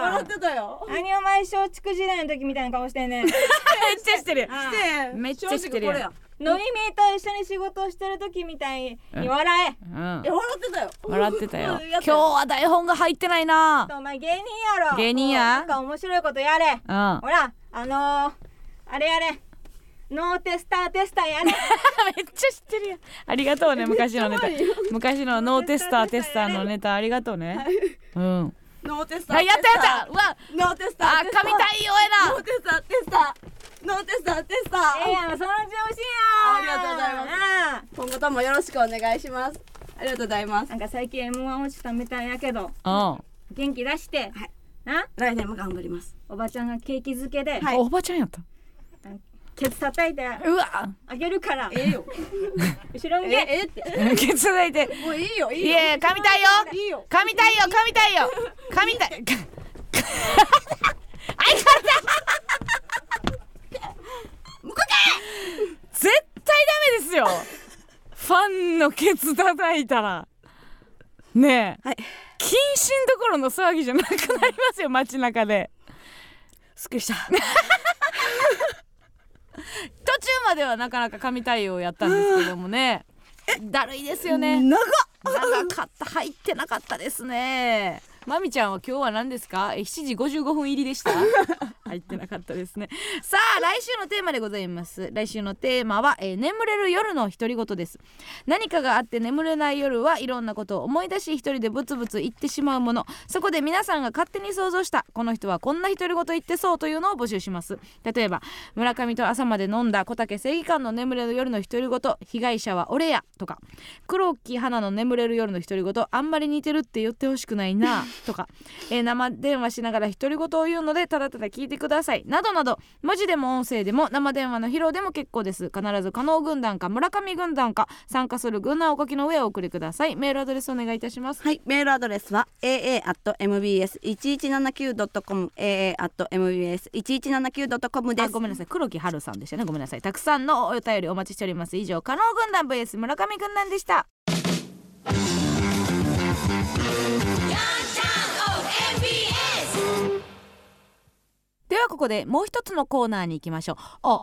S1: 笑ってたよ
S8: えよ何お前松竹時代の時みたいな顔してんねん
S5: めっちゃしてる
S8: ああ
S1: で
S5: めっちゃしてる
S1: 正直こ
S5: やん
S1: れや
S8: ノリミーと一緒に仕事をしてる時みたいに笑え、
S5: うん
S1: え笑ってたよ
S5: 笑ってたよ
S1: うんや
S5: 今
S1: っ
S5: 日は台本が入ってないな
S8: お前芸人やろ
S5: 芸人や
S8: なんか面白いことやれ
S5: うん
S8: ほらあのー、あれやれノーテスターテスターやれ
S5: めっちゃ知ってるやんありがとうね昔のネタ昔のノーテスターテスターのネタありがとうねうん
S1: ノーテスター
S5: あやったやったうわ
S1: ノーテスター
S5: あ
S1: テスター
S5: 神対応
S1: ノーテスターテスターノーテスターテスター
S8: ええ やんその調子や
S1: ありがとうござい
S8: ます
S1: 今後ともよろしくお願いしますありがとうございます
S8: なんか最近 M1 落ちたみたいやけど
S5: やな
S8: 元気出して、
S1: はい
S8: な
S1: 来年も頑張ります
S8: おばちゃんが景気づけで、
S1: は
S5: うんおばちゃんやった
S8: ケツ叩いて
S5: うわ
S8: あげるから
S1: ええよ
S8: 後ろ向
S1: え
S8: け
S1: えって
S5: 気づいて
S1: もういいよい
S5: い
S1: いよ
S5: え神対応
S1: いいよ
S5: 神対応神対応神対応相変わらず絶対ダメですよファンのケツ叩いたらねえ、
S1: はい
S5: 謹慎どころの騒ぎじゃなくなりますよ街中です
S1: っきり した
S5: 途中まではなかなか神対応やったんですけどもねだるいですよね
S1: 長っ
S5: 長かった入ってなかったですねまみちゃんは今日は何ですかえ7時55分入りでした 入ってなかったですねさあ来週のテーマでございます来週のテーマは、えー眠れる夜の独り言です何かがあって眠れない夜はいろんなことを思い出し一人でブツブツ言ってしまうものそこで皆さんが勝手に想像したこの人はこんな独り言言ってそうというのを募集します例えば村上と朝まで飲んだ小竹正義感の眠れる夜の独り言被害者は俺やとか黒木花の眠れる夜の独り言あんまり似てるって言ってほしくないな とか、えー生電話しながら独り言を言うのでただただ聞いてくださいなどなど文字でも音声でも生電話の披露でも結構です必ず加納軍団か村上軍団か参加する軍団をお書きの上お送りくださいメールアドレスお願いいたします
S1: はい、メールアドレスは aa.mbs1179.com aa.mbs1179.com で
S5: あ
S1: す
S5: ごめんなさい黒木春さんでしたねごめんなさいたくさんのお便りお待ちしております以上加納軍団 VS 村上軍団でしたではここでもう一つのコーナーに行きましょうおおお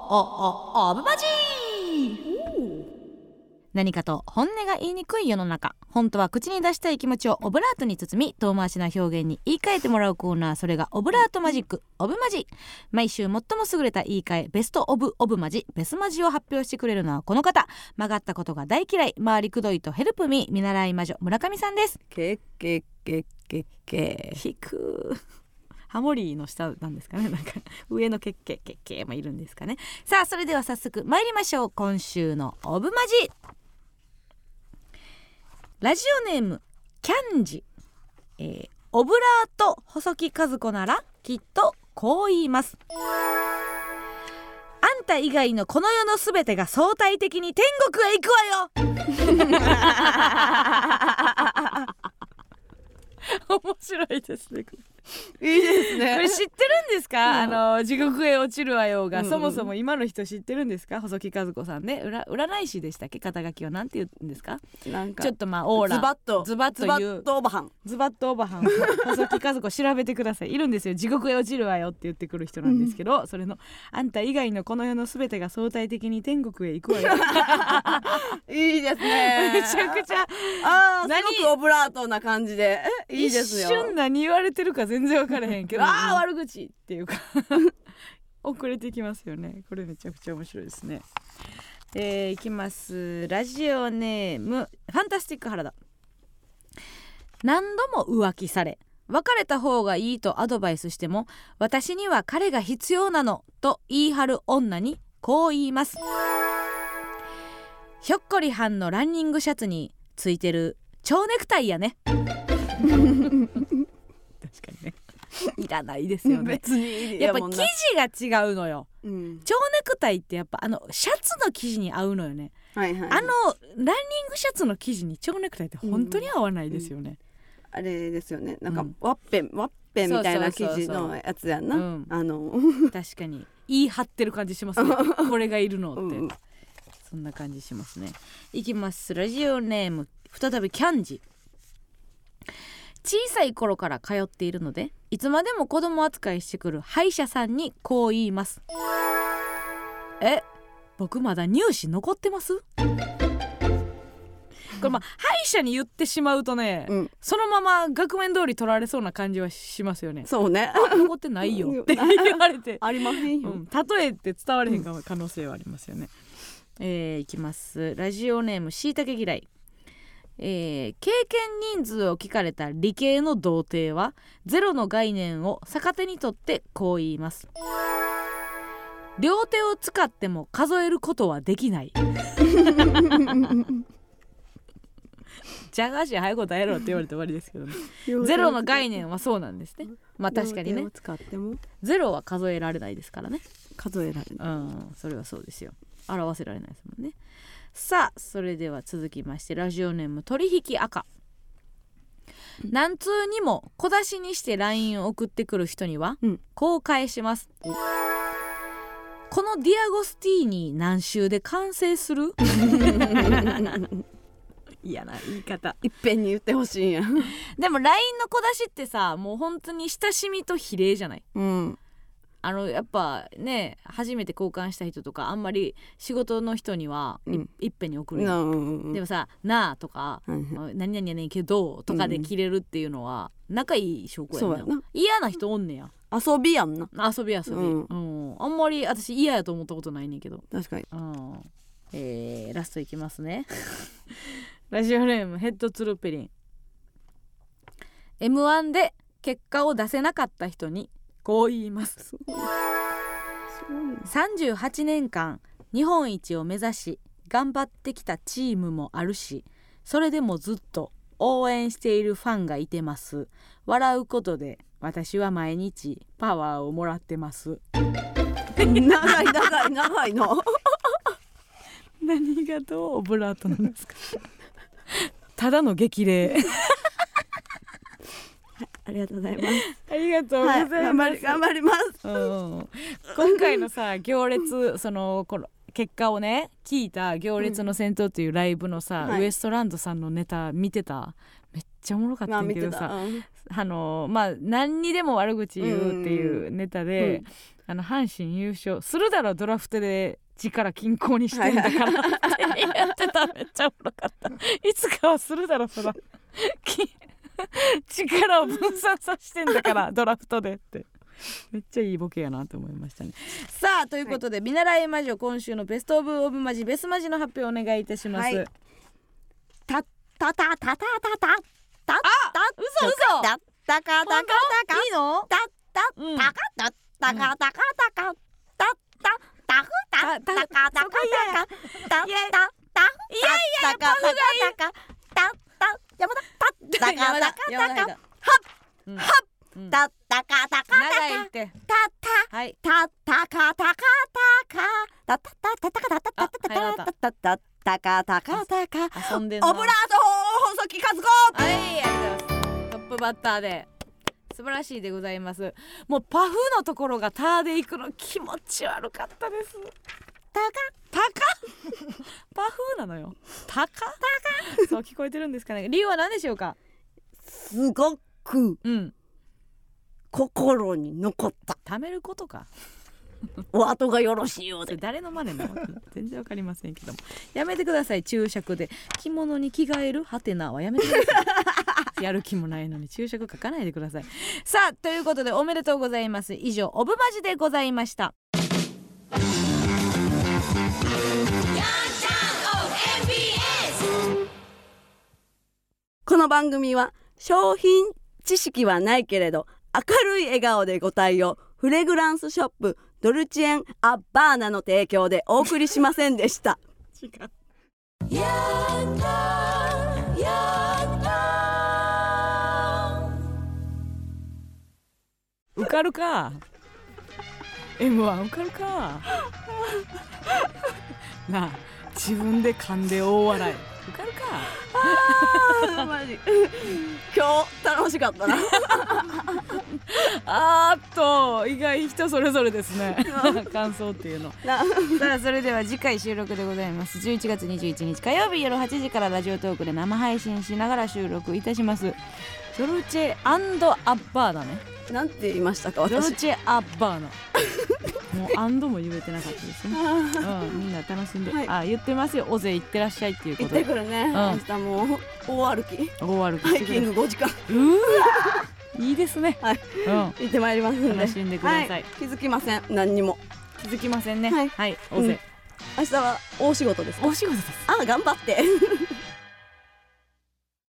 S5: おぶまじ何かと本音が言いにくい世の中本当は口に出したい気持ちをオブラートに包み遠回しな表現に言い換えてもらうコーナーそれがオブラートマジックオブマジ毎週最も優れた言い換えベストオブオブマジベスマジを発表してくれるのはこの方曲がったことが大嫌い周りくどいとヘルプミー見習い魔女村上さんです
S1: けっけっけっけっけ
S5: ひくハモリーの下なんですかねなんか上のけっけけっけもいるんですかねさあそれでは早速参りましょう今週のオブマジラジオネームキャンジ、えーオブラート細木和子ならきっとこう言いますあんた以外のこの世のすべてが相対的に天国へ行くわよ面白いですね。
S1: いいです
S5: こ
S1: ね
S5: れ知ってるんですか、あの地獄へ落ちるわよが、そもそも今の人知ってるんですか細木和子さんねうら占い師でしたっけ肩書きはなんて言うんですか
S1: なんか
S5: ちょっとまあオーラ
S1: ズバッと
S5: ズバッと
S1: ズバ
S5: 言
S1: ッ
S5: う
S1: とオバハン
S5: ズバッとオーバーハン細木和子調べてくださいいるんですよ地獄へ落ちるわよって言ってくる人なんですけど、それのあんた以外のこの世のすべてが相対的に天国へ行く わよ
S1: いいですね
S5: めちゃくちゃ
S1: あー
S5: 何
S1: すごくオブラートな感じでえいいですよ
S5: 一瞬何言われてるか全然分からへんけど
S1: うん
S5: ああ悪口っていうか遅れてきますよねこれめちゃくちゃ面白いですねえー、いきますラジオネームファンタスティック原田何度も浮気され別れた方がいいとアドバイスしても私には彼が必要なのと言い張る女にこう言いますひょっこりはんのランニングシャツについてる蝶ネクタイやね確かにね いらないですよね
S1: 別にい い
S5: やっぱ
S1: もんな
S5: 生地が違うのよ
S1: うん
S5: 蝶ネクタイってやっぱあのシャツの生地に合うのよね、
S1: はいはい
S5: あのランニングシャツの生地に蝶ネクタイって本当に合わないですよね、
S1: あれですよねなん
S5: う
S1: か
S5: ん
S1: ワッペンワッペンみたいな
S5: そ
S1: 生
S5: うそうそうそう
S1: 地のやつやん
S5: う
S1: なんあの
S5: 確かに言い張ってる感じしますねこれがいるのって、
S1: うん
S5: そんな感じしますねいきますラジオネーム再びキャンジ小さい頃から通っているのでいつまでも子供扱いしてくる歯医者さんにこう言いますえ僕まだ乳歯残ってますこれまあ歯医者に言ってしま うとね、
S1: うん
S5: そのまま額面通り取られそうな感じはしますよね
S1: そう ね
S5: 残ってないよって言われて
S1: ありません
S5: う
S1: よ
S5: ん、例えって伝われへんかも可能性はありますよね。えーいきますラジオネームしいたけ嫌い、えー経験人数を聞かれた理系の童貞はゼロの概念を逆手にとってこう言います両手を使っても数えることはできないじゃがし早い答えろって言われて終わりですけどねゼロの概念はそうなんですねまあ確かに
S1: 両手
S5: ね
S1: を使っても
S5: ゼロは数えられないですからね
S1: 数えられる
S5: うん、それはそうですよ表せられないですもんねさあそれでは続きましてラジオネーム取引赤何通にも小出しにして LINE を送ってくる人には、
S1: うん
S5: こう返しますこのディアゴスティーニ何周で完成 する嫌な言い方
S1: いっぺんに言ってほしいんや
S5: でも LINE の小出しってさもう本当に親しみと比例じゃない
S1: うん
S5: あのやっぱね初めて交換した人とかあんまり仕事の人には
S1: うん
S5: いっぺんに送るやん、
S1: なうん
S5: でもさ「なあ」とか
S1: はい
S5: 「
S1: は
S5: 何々やねんけど」とかで切れるっていうのは仲いい証拠やんな
S1: そうやな
S5: 嫌な人おんねや
S1: い遊びやんな
S5: 遊び遊び、
S1: うん
S5: うんあんまり私嫌やと思ったことないねんけど
S1: 確 かに
S5: うんえー、ラストいきますね ラジオネームヘッドツルペリン m 1で結果を出せなかった人にこう言います38年間日本一を目指し頑張ってきたチームもあるしそれでもずっと応援しているファンがいてます笑うことで私は毎日パワーをもらってます
S1: 長い長い長い の
S5: 何がどうオブラートなんですか ただの激励
S1: ありがとうございます
S5: ありがとうござ
S1: はいい頑
S5: ま
S1: 張り頑張ります
S5: す。うん今回のさ行列そのこの結果をね聞いた「行列の戦闘」というライブのさ、
S1: はい
S5: ウエストランドさんのネタ見てためっちゃおもろかっ
S1: ま
S5: た
S1: あ
S5: んだ
S1: 見
S5: け
S1: て
S5: どさ、
S1: たうん
S5: あのまあ何にでも悪口言うっていうネタ
S1: うんうん
S5: で、
S1: うん
S5: あの阪神優勝するだろドラフトで力均衡にしてんだからってやってためっちゃおもろ かったいつかはするだろそらき力を分散させてんだからドラフトでってめっちゃいいボケやなと思いましたねさあということで、見習い魔女今週のベストオブオブマジベスマジの発表お願いいたします、
S1: はいたたたたたたたたたた
S5: 嘘
S1: た
S5: 嘘
S1: たかたかたか
S5: いいの
S1: たた
S5: うん
S1: たかたたかたかたかたたたふたたかたかたかたたたたいやいやたかたかたた山田たたかたかたかたたかたかたか
S5: 長いって
S1: たた
S5: はい
S1: たたかたかたかたたたたたかたたたたたたたたたかたかたか
S5: 遊んでんな
S1: オブラート細木数子
S5: はい、ありがとうございます。トップバッターで。素晴らしいでございます。もうパフのところがターで行くの気持ち悪かったです。
S1: たか
S5: タカ。 パフなのよ。タカ。そう聞こえてるんですかね。理由は何でしょうか。
S1: すごく
S5: うん。
S1: 心に残った
S5: 貯めることか。
S1: お後がよろしいよう
S5: そ
S1: で
S5: れ誰のマネなの全然わかりませんけどもやめてください注釈で着物に着替えるハテナはやめてくださいやる気もないのに注釈書かないでくださいさあということでおめでとうございます以上オブマジでございました
S1: この番組は商品知識はないけれど明るい笑顔でご対応フレグランスショップドルチエンアッバーナの提供でお送りしませんでした
S5: 受かるか M1 受かる かなあ自分で噛んで大笑い受かるか
S1: マジ今日楽しかったな
S5: あーっと意外人それぞれです ね 感想っていうのさあそれでは次回収録でございます11月21日火曜日夜8時からラジオトークで生配信しながら収録いたしますドルチェアッバーだね
S1: なんて言いましたか
S5: ドル
S1: 私
S5: チェアッバーナもうアンドも言えてなかったですね、 うん、みんな楽しんで、
S1: はい
S5: あ言ってますよ尾勢行ってらっしゃいっていうこ
S1: 行っ
S5: と
S1: て
S5: で
S1: くるね、明日もう大歩き
S5: 大歩 き
S1: ハ
S5: し
S1: イ
S5: てく
S1: キ
S5: れ
S1: ング5時間
S5: うわいいですね、
S1: はい
S5: うん
S1: 行ってまいりますんで
S5: 楽しんでください
S1: は気づきません何にも
S5: 気づきませんね
S1: はい
S5: はい、
S1: う
S5: 尾勢
S1: ん明日は大仕事ですか
S5: お仕事です
S1: あ頑張って